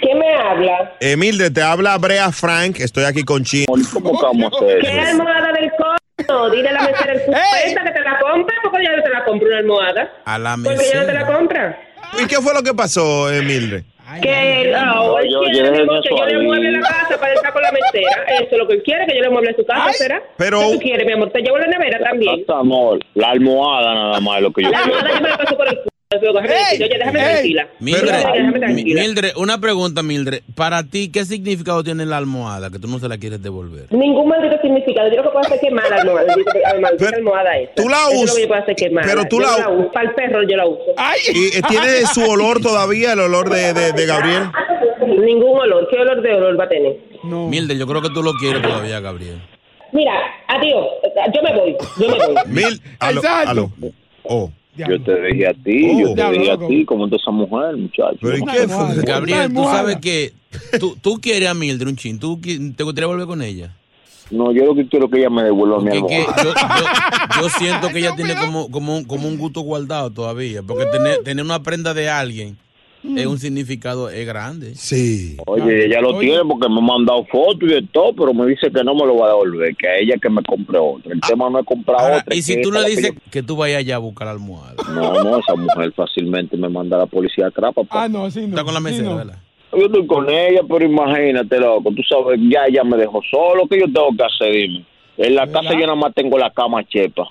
Speaker 10: ¿Qué me hablas?
Speaker 1: Eh, Mildred, te habla Brea Frank. Estoy aquí con Chino.
Speaker 10: ¿Cómo vamos a hacer
Speaker 11: ¿Qué almohada del coño? Dile a la mesera del culo esta que te la compre, porque ya no te la compro una almohada.
Speaker 4: A la
Speaker 11: Porque ya Pues no te la compra.
Speaker 1: ¿Y qué fue lo que pasó, eh, Mildred?
Speaker 11: Que él, ah,
Speaker 1: Oye,
Speaker 11: él
Speaker 1: oye,
Speaker 11: quiere
Speaker 1: dejen
Speaker 11: amigo, que
Speaker 1: eso
Speaker 11: yo le
Speaker 1: ahí.
Speaker 11: mueble la casa para él estar con la mesera. Eso es lo que él quiere, que yo le mueble su casa, ¿será?
Speaker 1: pero-
Speaker 11: ¿Qué tú quieres, mi amor? Te llevo la nevera también.
Speaker 10: Hasta amor, la almohada nada más es lo que yo
Speaker 11: La
Speaker 10: quiero.
Speaker 11: almohada yo me la paso por el culo. luego, Oye, déjame tranquila.
Speaker 4: Mildred,
Speaker 11: Déjame
Speaker 4: Mi- Mildred, una pregunta, Mildred. Para ti, ¿qué significado tiene la almohada que tú no se la quieres devolver?
Speaker 11: Ningún maldito significado. Yo lo que puedo hacer es quemar la almohada. La maldita almohada esa.
Speaker 1: tú la
Speaker 11: Eso es lo
Speaker 1: usas,
Speaker 11: que yo puedo hacer quemar.
Speaker 1: pero tú
Speaker 11: Yo
Speaker 1: la-
Speaker 11: uso. Para el perro yo la uso.
Speaker 1: ¿Y eh,
Speaker 2: *laughs*
Speaker 1: tiene su olor todavía, el olor de, de- de Gabriel?
Speaker 11: Ningún olor. ¿Qué olor de olor va a tener?
Speaker 4: Mildred, yo creo que tú lo quieres todavía, Gabriel.
Speaker 11: Mira, adiós. Yo me voy. Yo me voy.
Speaker 1: Mil,
Speaker 10: aló,
Speaker 11: Exacto.
Speaker 10: aló.
Speaker 1: Oh.
Speaker 10: Yo te dije a ti, yo te
Speaker 11: Diablo,
Speaker 10: dije a
Speaker 11: loco.
Speaker 10: ti, como esa mujer, muchacho. ¿Pero
Speaker 4: Gabriel, tú sabes que tú, tú quieres a Mildred un chin. ¿Tú qui- te gustaría volver con ella?
Speaker 10: No, yo lo que quiero es que ella me devuelva mi
Speaker 4: Que *laughs*
Speaker 10: almohada.
Speaker 4: yo, yo- yo siento que ella tiene como, como, un- como un gusto guardado todavía, porque tener, tener una prenda de alguien es un significado es grande.
Speaker 10: Sí. Oye, ella lo
Speaker 4: Oye.
Speaker 10: tiene porque me ha mandado fotos y de todo, pero me dice que no me lo va a devolver, que a ella que me compre otra. El tema no es comprar
Speaker 4: Ahora,
Speaker 10: otra.
Speaker 4: y
Speaker 10: es
Speaker 4: si
Speaker 10: que
Speaker 4: tú
Speaker 10: esa
Speaker 4: le
Speaker 10: es la
Speaker 4: dices
Speaker 10: que
Speaker 4: que tú vayas allá a buscar la almohada.
Speaker 10: yo- No, no, esa mujer fácilmente me manda a la policía atrás, papá.
Speaker 2: Ah, no, sí, no.
Speaker 4: Está con la mesera, ¿verdad?
Speaker 10: Yo estoy con ella, pero imagínate, loco. Tú sabes, ya ella me dejó solo. ¿Qué yo tengo que hacer? Dime. En la casa yo nada más tengo la cama chepa.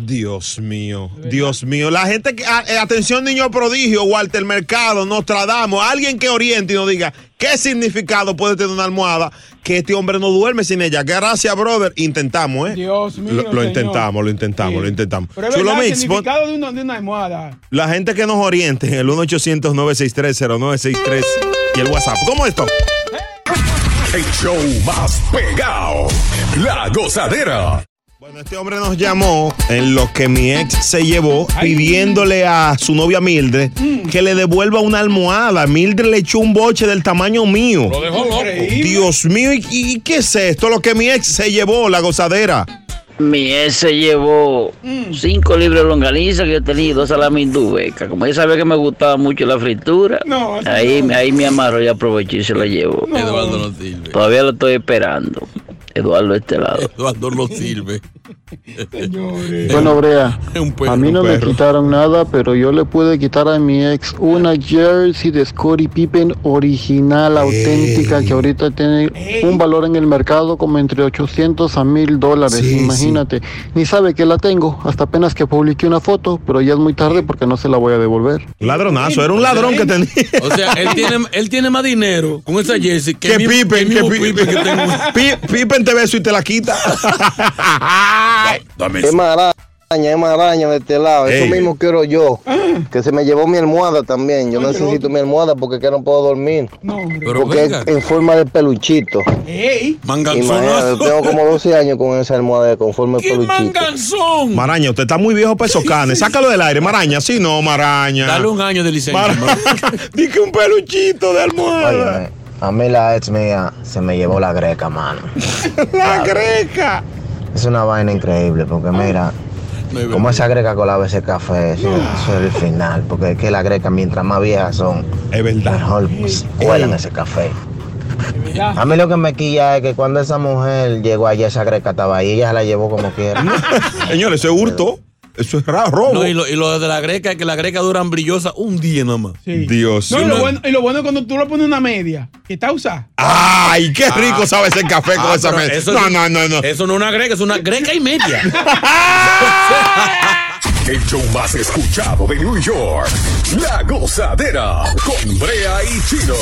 Speaker 1: Dios mío, Dios mío. La gente que. a- eh, atención, niño prodigio, Walter Mercado, Nostradamus, alguien que oriente y nos diga qué significado puede tener una almohada que este hombre no duerme sin ella. Gracias, brother. Intentamos, ¿eh?
Speaker 2: Dios mío.
Speaker 1: Lo, lo
Speaker 2: señor.
Speaker 1: intentamos, lo intentamos, lo intentamos.
Speaker 2: Pero es
Speaker 1: Chulo
Speaker 2: verdad, el
Speaker 1: Mix, pon-
Speaker 2: significado de una, de una almohada.
Speaker 1: la gente que nos oriente en el 1-800-963-0963 y el WhatsApp. ¿Cómo esto?
Speaker 7: El show más pegado. La gozadera.
Speaker 1: Bueno, este hombre nos llamó en lo que mi ex se llevó pidiéndole a su novia Mildred
Speaker 4: Mm.
Speaker 1: que le devuelva una almohada. Mildred le echó un boche del tamaño mío.
Speaker 14: Lo dejó loco.
Speaker 1: Dios mío, ¿y, y qué es esto? Lo que mi ex se llevó, la gozadera.
Speaker 12: Mi ex se llevó cinco libras de longaniza que yo tenía y dos salamis dubeca. Como ella sabía que me gustaba mucho la fritura, ahí, ahí me amarró y aproveché y se la llevó.
Speaker 4: Eduardo no sirve.
Speaker 12: Todavía lo estoy esperando. Eduardo de este lado.
Speaker 4: Eduardo no sirve.
Speaker 27: Bueno, Brea, a mí no me quitaron nada, pero yo le pude quitar a mi ex una jersey de Scottie Pippen original, auténtica, que ahorita tiene un valor en el mercado como entre 800 a 1000 dólares,
Speaker 17: Sí,
Speaker 27: imagínate. Ni sabe que la tengo, hasta apenas que publiqué una foto, pero ya es muy tarde porque no se la voy a devolver.
Speaker 1: Ladronazo, era un ladrón que tenía.
Speaker 4: O sea, él tiene, él tiene más dinero con esa jersey que, mi- que mi mismo Pippen que tengo.
Speaker 1: *laughs* Pi- Pippen te beso y te la
Speaker 4: *laughs*
Speaker 1: quita.
Speaker 17: Es maraña, es maraña de este lado.
Speaker 1: Ey.
Speaker 17: Eso mismo quiero yo. Que se me llevó mi almohada también. Yo necesito mi almohada porque que no puedo dormir.
Speaker 27: Pero
Speaker 17: porque
Speaker 27: venga.
Speaker 17: es en forma de peluchito.
Speaker 2: ¡Ey!
Speaker 17: Imagínate, yo tengo como 12 años con esa almohada de conforme peluchito.
Speaker 4: ¡Manganzón!
Speaker 1: Maraña, usted está muy viejo para esos canes. Sácalo del aire, Maraña. Sí, no, Maraña.
Speaker 4: Dale un año de licencia.
Speaker 1: *laughs* Dije un peluchito de almohada.
Speaker 23: Óyeme, a mí la ex mía se me llevó la greca, mano.
Speaker 1: *laughs* la greca.
Speaker 23: Es una vaina increíble, porque
Speaker 1: Ah,
Speaker 23: mira, como esa greca colaba ese café, eso, eso
Speaker 1: Ah.
Speaker 23: es el final, porque es que la greca, mientras más viejas son, mejor pues, cuelan ese café. A mí lo que me quilla es que cuando esa mujer llegó allá, esa greca estaba ahí, ella se la llevó como
Speaker 1: *laughs*
Speaker 23: quiera.
Speaker 1: Señores, eso es hurto. Eso es raro, robo.
Speaker 4: No, y, lo, y lo de la greca es que la greca duran brillosa un día nada más.
Speaker 1: Dios
Speaker 2: No, y,
Speaker 4: mío.
Speaker 2: lo bueno, y lo bueno es cuando tú le pones una media que está usada.
Speaker 1: ¡Ay, qué rico sabe ese café con
Speaker 4: Ah,
Speaker 1: esa
Speaker 4: pero
Speaker 1: mesa!
Speaker 4: eso
Speaker 1: no,
Speaker 4: es-
Speaker 1: no, no, no.
Speaker 4: Eso no es una greca, es una greca y
Speaker 2: *laughs*
Speaker 4: media.
Speaker 7: El show más escuchado de New York. La gozadera con Brea y Chino.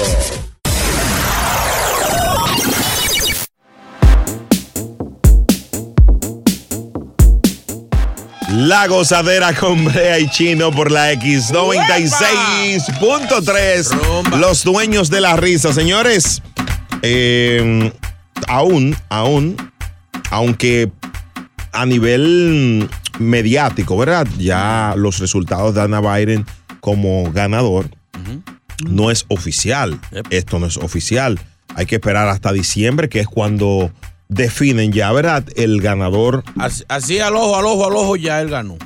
Speaker 1: La gozadera con Brea y Chino por la X96.3. Los dueños de la risa, señores. eh, aún, aún, aunque a nivel mm, mediático, ¿verdad? Ya los resultados de Ana Biden como ganador no es oficial. Esto no es oficial. Hay que esperar hasta diciembre, que es cuando definen ya, ¿verdad? El ganador
Speaker 4: Así, así al ojo, al ojo, al ojo ya él ganó.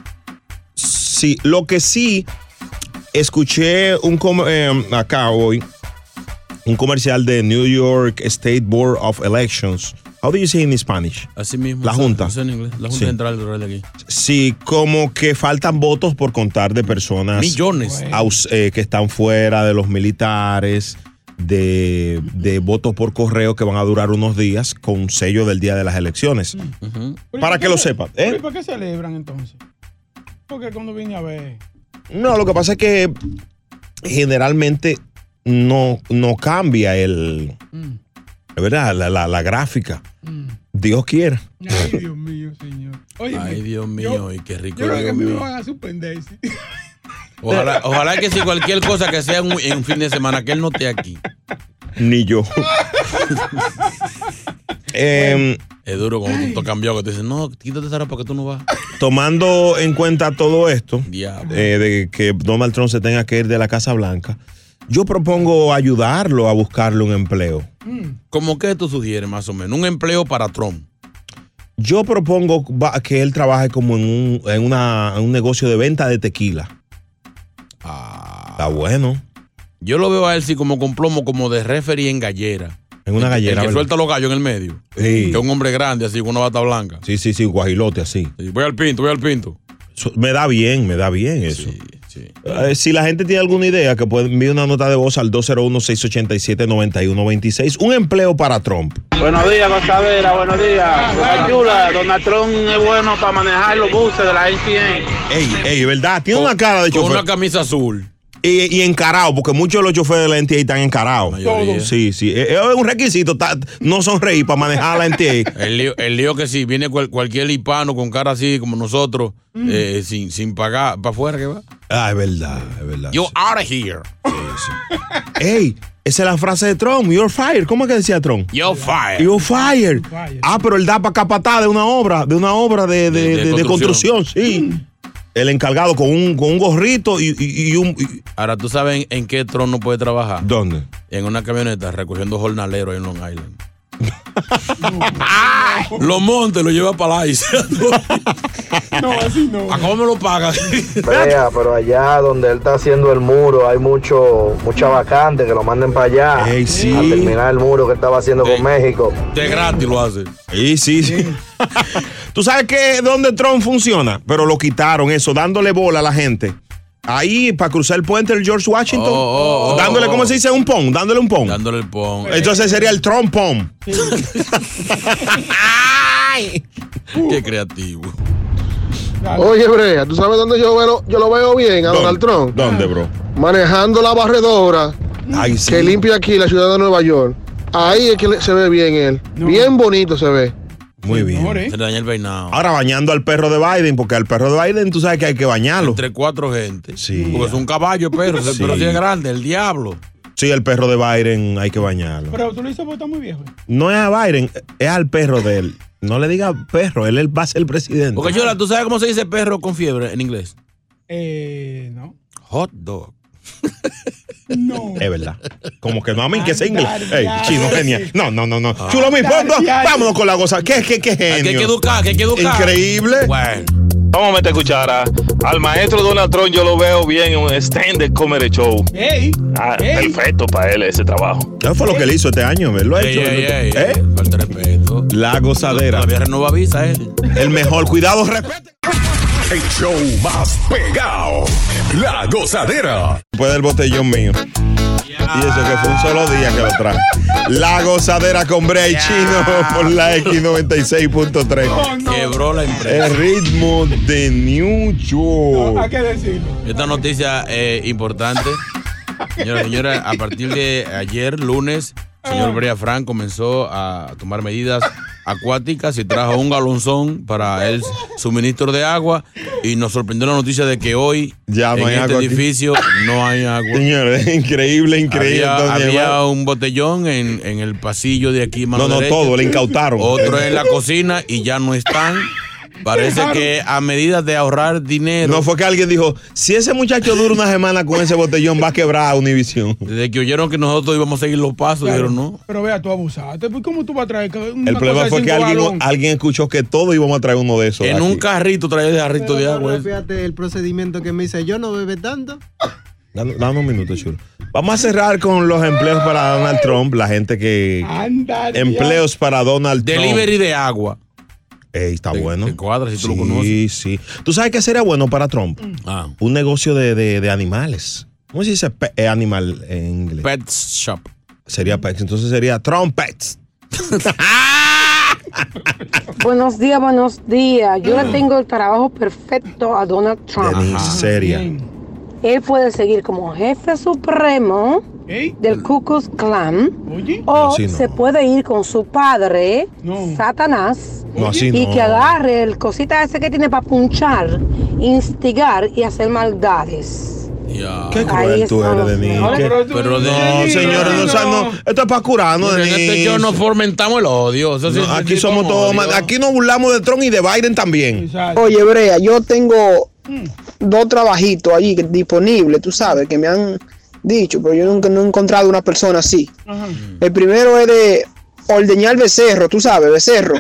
Speaker 1: Sí, lo que sí escuché un com- eh, acá hoy un comercial de New York State Board of Elections. How do you say in Spanish?
Speaker 4: Así mismo.
Speaker 1: La
Speaker 4: o sea,
Speaker 1: junta.
Speaker 4: o sea, en inglés, la Junta
Speaker 1: Sí.
Speaker 4: Central de Real aquí.
Speaker 1: Sí, como que faltan votos por contar de personas.
Speaker 4: Millones.
Speaker 1: aus- eh, que están fuera de los militares, de, de votos por correo que van a durar unos días con sello del día de las elecciones. Para que lo sepan. ¿eh?
Speaker 2: ¿Pero ¿Y para qué celebran entonces? Porque cuando vine a ver.
Speaker 1: No, lo que pasa es que generalmente no, no cambia el. ¿Verdad? La, la- la gráfica. Dios quiera.
Speaker 2: Oye,
Speaker 4: Ay, Dios mío, y qué rico.
Speaker 2: yo creo que
Speaker 4: Dios
Speaker 2: a mí me
Speaker 4: mío.
Speaker 2: van a suspender. sí.
Speaker 4: Ojalá, ojalá que si cualquier cosa que sea en un, en un fin de semana, que él no esté aquí.
Speaker 1: Ni yo. Em,
Speaker 4: Es duro cuando tú estás cambiado que te dicen, no, quítate esa ropa que tú no vas.
Speaker 1: tomando en cuenta todo esto,
Speaker 4: Diablo.
Speaker 1: eh, de que Donald Trump se tenga que ir de la Casa Blanca, yo propongo ayudarlo a buscarle un empleo.
Speaker 4: ¿Cómo que tú sugieres más o menos? Un empleo para Trump.
Speaker 1: Yo propongo va- que él trabaje como en un, en una- en un negocio de venta de tequila. Está bueno.
Speaker 4: Yo lo veo a él sí como con plomo, como de referee en gallera.
Speaker 1: En una
Speaker 4: El-
Speaker 1: gallera,
Speaker 4: El que
Speaker 1: ¿verdad?
Speaker 4: suelta los gallos en el medio.
Speaker 1: Sí.
Speaker 4: Que es un hombre grande, así, con una bata blanca.
Speaker 1: Sí, sí, sí, guajilote así.
Speaker 4: Y voy al pinto, voy al pinto.
Speaker 1: Eso- Me da bien, me da bien eso. Eh, si la gente tiene alguna idea, que puede enviar una nota de voz al 201-687-9126. Un empleo para Trump.
Speaker 6: Buenos días, Gozadera, buenos
Speaker 2: Ah,
Speaker 6: días. Cosa chula, Donald Trump es bueno para manejar los buses de la NTN.
Speaker 1: Ey, ey, ¿verdad? Tiene una cara de
Speaker 4: Con
Speaker 1: chofer.
Speaker 4: una camisa azul.
Speaker 1: Y, y encarado, porque muchos de los choferes de la NTA están encarados.
Speaker 4: Todos.
Speaker 1: Sí, sí. Es es un requisito ta- no sonreír para manejar la NTA.
Speaker 4: *laughs* El lío, el lío que si viene cual- cualquier hispano con cara así como nosotros, eh, sin, sin pagar, para afuera que va.
Speaker 1: Ah, es verdad, es verdad.
Speaker 4: You're out of here.
Speaker 1: Ey, esa es la frase de Trump. You're fired. ¿Cómo es que decía Trump?
Speaker 4: You're *laughs* fired.
Speaker 1: You're fired. Ah, pero él da para capatá de una obra, de una obra de, de-
Speaker 4: De- de
Speaker 1: de- de
Speaker 4: construcción.
Speaker 1: construcción. sí. El encargado con un, con un gorrito y, y- y un. y-
Speaker 4: Ahora, ¿tú sabes en, en qué trono puede trabajar?
Speaker 1: ¿Dónde?
Speaker 4: En una camioneta recogiendo jornaleros ahí en Long *laughs* Island. lo monte, lo lleva para la isla. *laughs* no, así no. ¿A cómo me lo pagan?
Speaker 23: Vea, pero allá donde él está haciendo el muro hay mucho, mucha vacante que lo manden para allá. A terminar el muro que estaba haciendo con México.
Speaker 4: De gratis lo hace.
Speaker 1: Sí, sí, sí. Tú sabes que donde Trump funciona, pero lo quitaron eso, dándole bola a la gente. Ahí para cruzar el puente del George Washington,
Speaker 4: Oh, oh, oh,
Speaker 1: dándole,
Speaker 4: oh.
Speaker 1: ¿cómo se dice? Un pon, dándole un pon.
Speaker 4: Dándole el pon.
Speaker 1: Entonces sería el Trump pon.
Speaker 4: Qué creativo.
Speaker 28: Oye, Brea, ¿tú sabes dónde yo, veo, yo lo veo bien a Donald Trump?
Speaker 1: ¿Dónde, bro?
Speaker 28: Manejando la barredora que limpia aquí la ciudad de Nueva York. Ahí es que le- se ve bien él. Bien bonito se ve.
Speaker 1: Muy bien.
Speaker 4: Se le daña el peinado.
Speaker 1: Ahora bañando al perro de Biden, porque al perro de Biden tú sabes que hay que bañarlo.
Speaker 4: Entre cuatro gente.
Speaker 1: Sí.
Speaker 4: Porque es un caballo, pero,
Speaker 1: Sí.
Speaker 4: pero sí es grande, el diablo.
Speaker 1: Sí, el perro de Biden hay que bañarlo.
Speaker 2: Pero tú lo hiciste porque está muy viejo.
Speaker 1: No es a Biden, es al perro de él. No le diga perro, él, él va a ser el presidente.
Speaker 4: Porque Chola, ¿tú sabes cómo se dice perro con fiebre en inglés?
Speaker 2: Eh, no.
Speaker 4: Hot dog.
Speaker 1: Es verdad. Como que no a mí, que es inglés.
Speaker 4: Andar,
Speaker 1: Ey,
Speaker 4: ya,
Speaker 1: chino,
Speaker 4: sí.
Speaker 1: genial. No, no, no, no.
Speaker 4: Ah.
Speaker 1: Chulo, mi
Speaker 4: Andar,
Speaker 1: pueblo.
Speaker 4: ya,
Speaker 1: Vámonos con la goza. ¿Qué, qué, qué genio?
Speaker 4: que hay que educar, que hay que educar.
Speaker 1: Increíble.
Speaker 6: Vamos a meter cuchara. Al maestro Donald Trump yo lo veo bien en un stand de comedy show.
Speaker 2: Ey.
Speaker 6: Ah,
Speaker 2: Ey.
Speaker 6: Perfecto para él ese trabajo.
Speaker 1: ¿Qué fue lo que él hizo este año? Me Lo ha
Speaker 6: Ey,
Speaker 1: hecho.
Speaker 6: ey, ey,
Speaker 1: ¿Eh? La gozadera.
Speaker 4: Todavía renova visa él.
Speaker 1: El mejor. Cuidado, respete.
Speaker 7: El show más pegado. La gozadera.
Speaker 1: Después del botellón mío. Y eso que fue un solo día que lo traje. La gozadera con Bray Chino por la X96.3.
Speaker 4: Oh, Quebró la empresa.
Speaker 1: El ritmo de New York.
Speaker 2: Hay que decirlo.
Speaker 4: Esta noticia es importante. Señora, señora, a partir de ayer, lunes, el señor Brea Frank comenzó a tomar medidas acuáticas y trajo un galonzón para el suministro de agua y nos sorprendió la noticia de que hoy
Speaker 1: Ya Ah, no
Speaker 4: en
Speaker 1: hay
Speaker 4: este
Speaker 1: agua aquí.
Speaker 4: edificio no hay
Speaker 1: *laughs*
Speaker 4: agua.
Speaker 1: Señores, increíble, increíble.
Speaker 4: Había,
Speaker 1: Doña
Speaker 4: había
Speaker 1: Eva.
Speaker 4: un botellón en, en el pasillo de aquí, mano
Speaker 1: No, no,
Speaker 4: derecha.
Speaker 1: todo, le incautaron.
Speaker 4: Otro en la cocina y ya no están. Parece
Speaker 1: Dejaron.
Speaker 4: que a medida de ahorrar dinero.
Speaker 1: No fue que alguien dijo, si ese muchacho dura una semana con ese botellón, va a quebrar a Univision.
Speaker 4: Desde que oyeron que nosotros íbamos a seguir los pasos, dijeron no.
Speaker 2: Pero vea, tú abusaste. pues, ¿Cómo tú vas a traer ca- *laughs* una
Speaker 1: El
Speaker 2: cosa
Speaker 1: problema
Speaker 2: de
Speaker 1: fue que
Speaker 2: cinco
Speaker 1: alguien,
Speaker 2: galones?
Speaker 1: alguien escuchó que todos íbamos a traer uno de esos.
Speaker 4: En
Speaker 1: aquí.
Speaker 4: un carrito traía el jarrito de agua. ¿eh?
Speaker 24: Pero fíjate el procedimiento que me hice. Yo no bebé tanto.
Speaker 1: Dame, dame un minuto, chulo. Vamos a cerrar con los empleos para Donald Trump, la gente que...
Speaker 2: Anda, ya.
Speaker 1: Empleos para Donald Trump.
Speaker 4: Delivery de agua.
Speaker 1: Ey, está bueno.
Speaker 4: cuadra si tú
Speaker 1: sí,
Speaker 4: lo conoces.
Speaker 1: Sí, ¿Tú sabes qué sería bueno para Trump?
Speaker 4: Ah.
Speaker 1: Un negocio de, de- de animales. ¿Cómo se dice pe- eh, animal en inglés?
Speaker 4: Pet shop.
Speaker 1: Sería pets. Entonces sería Trump Pets.
Speaker 20: Buenos días, buenos días. Yo
Speaker 1: Mm.
Speaker 20: le tengo el trabajo perfecto a Donald Trump.
Speaker 1: Denise, seria.
Speaker 20: Él puede seguir como jefe supremo del Ku Klux Klan o
Speaker 1: Así no.
Speaker 20: se puede ir con su padre, Satanás,
Speaker 1: No, así
Speaker 20: y
Speaker 1: no.
Speaker 20: que agarre el cosita ese que tiene para punchar, instigar y hacer maldades.
Speaker 1: Qué
Speaker 20: Ahí
Speaker 1: cruel tú
Speaker 20: estamos.
Speaker 1: eres, Denis.
Speaker 20: Ahora,
Speaker 1: Qué-
Speaker 20: pero
Speaker 4: Pero
Speaker 1: No,
Speaker 4: Denis,
Speaker 1: señores, no,
Speaker 4: no.
Speaker 1: o sea, no, Oh, esto es para curarnos,
Speaker 4: Porque en
Speaker 1: Denis.
Speaker 4: este show no fomentamos el odio. Eso sí-
Speaker 1: No,
Speaker 4: sí-
Speaker 1: aquí
Speaker 4: sí
Speaker 1: somos todos,
Speaker 4: odio.
Speaker 1: ma- aquí nos burlamos de Trump y de Biden también.
Speaker 21: Oye, Brea, yo tengo
Speaker 1: Mm.
Speaker 21: dos trabajitos ahí que- disponibles, tú sabes, que me
Speaker 1: Mm.
Speaker 21: han dicho, pero yo nunca no he encontrado una persona así. El primero es de ordeñar becerro, tú sabes,
Speaker 1: *laughs*
Speaker 21: becerro.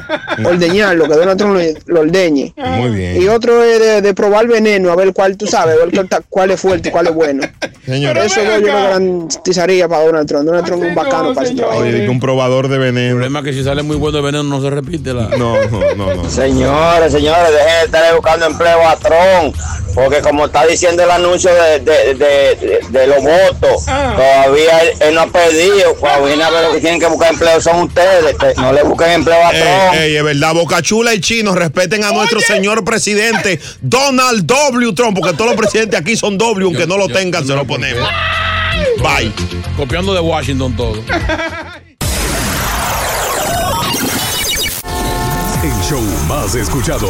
Speaker 21: Ordeñarlo, que Donald Trump lo, lo ordeñe.
Speaker 1: Muy bien.
Speaker 21: Y otro es de, de probar veneno, a ver cuál tú sabes, a ver cuál, ta- cuál es fuerte y cuál es bueno.
Speaker 1: *laughs* Señor.
Speaker 21: Eso yo, yo lo garantizaría para Donald Trump. Donald Trump es un bacano para ese trabajo.
Speaker 1: Oye, de que un probador de veneno.
Speaker 4: El problema es que si sale muy bueno el veneno no se repite la.
Speaker 1: No, no, no.
Speaker 10: Señores, señores, dejen de estar buscando empleo a Trump, porque como está diciendo el anuncio de, de, de- de- de los votos,
Speaker 2: Ah.
Speaker 10: todavía él, él no ha perdido. Cuando viene a ver lo que tienen que buscar empleo son
Speaker 12: Eh,
Speaker 10: ustedes, que no le busquen empleo
Speaker 4: Eh,
Speaker 10: a Trump.
Speaker 1: Ey, ey, es verdad, Boca Chula y Chino, respeten a nuestro señor presidente Donald W. Trump, porque todos los presidentes aquí son W, aunque no lo tengan, se lo ponemos. Bye.
Speaker 4: Copiando de Washington todo.
Speaker 5: *laughs*
Speaker 7: El show más escuchado,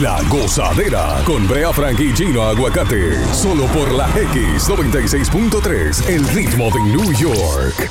Speaker 7: La Gozadera, con Brea Frank y Gino Aguacate, solo por la X96.3, el ritmo de New York.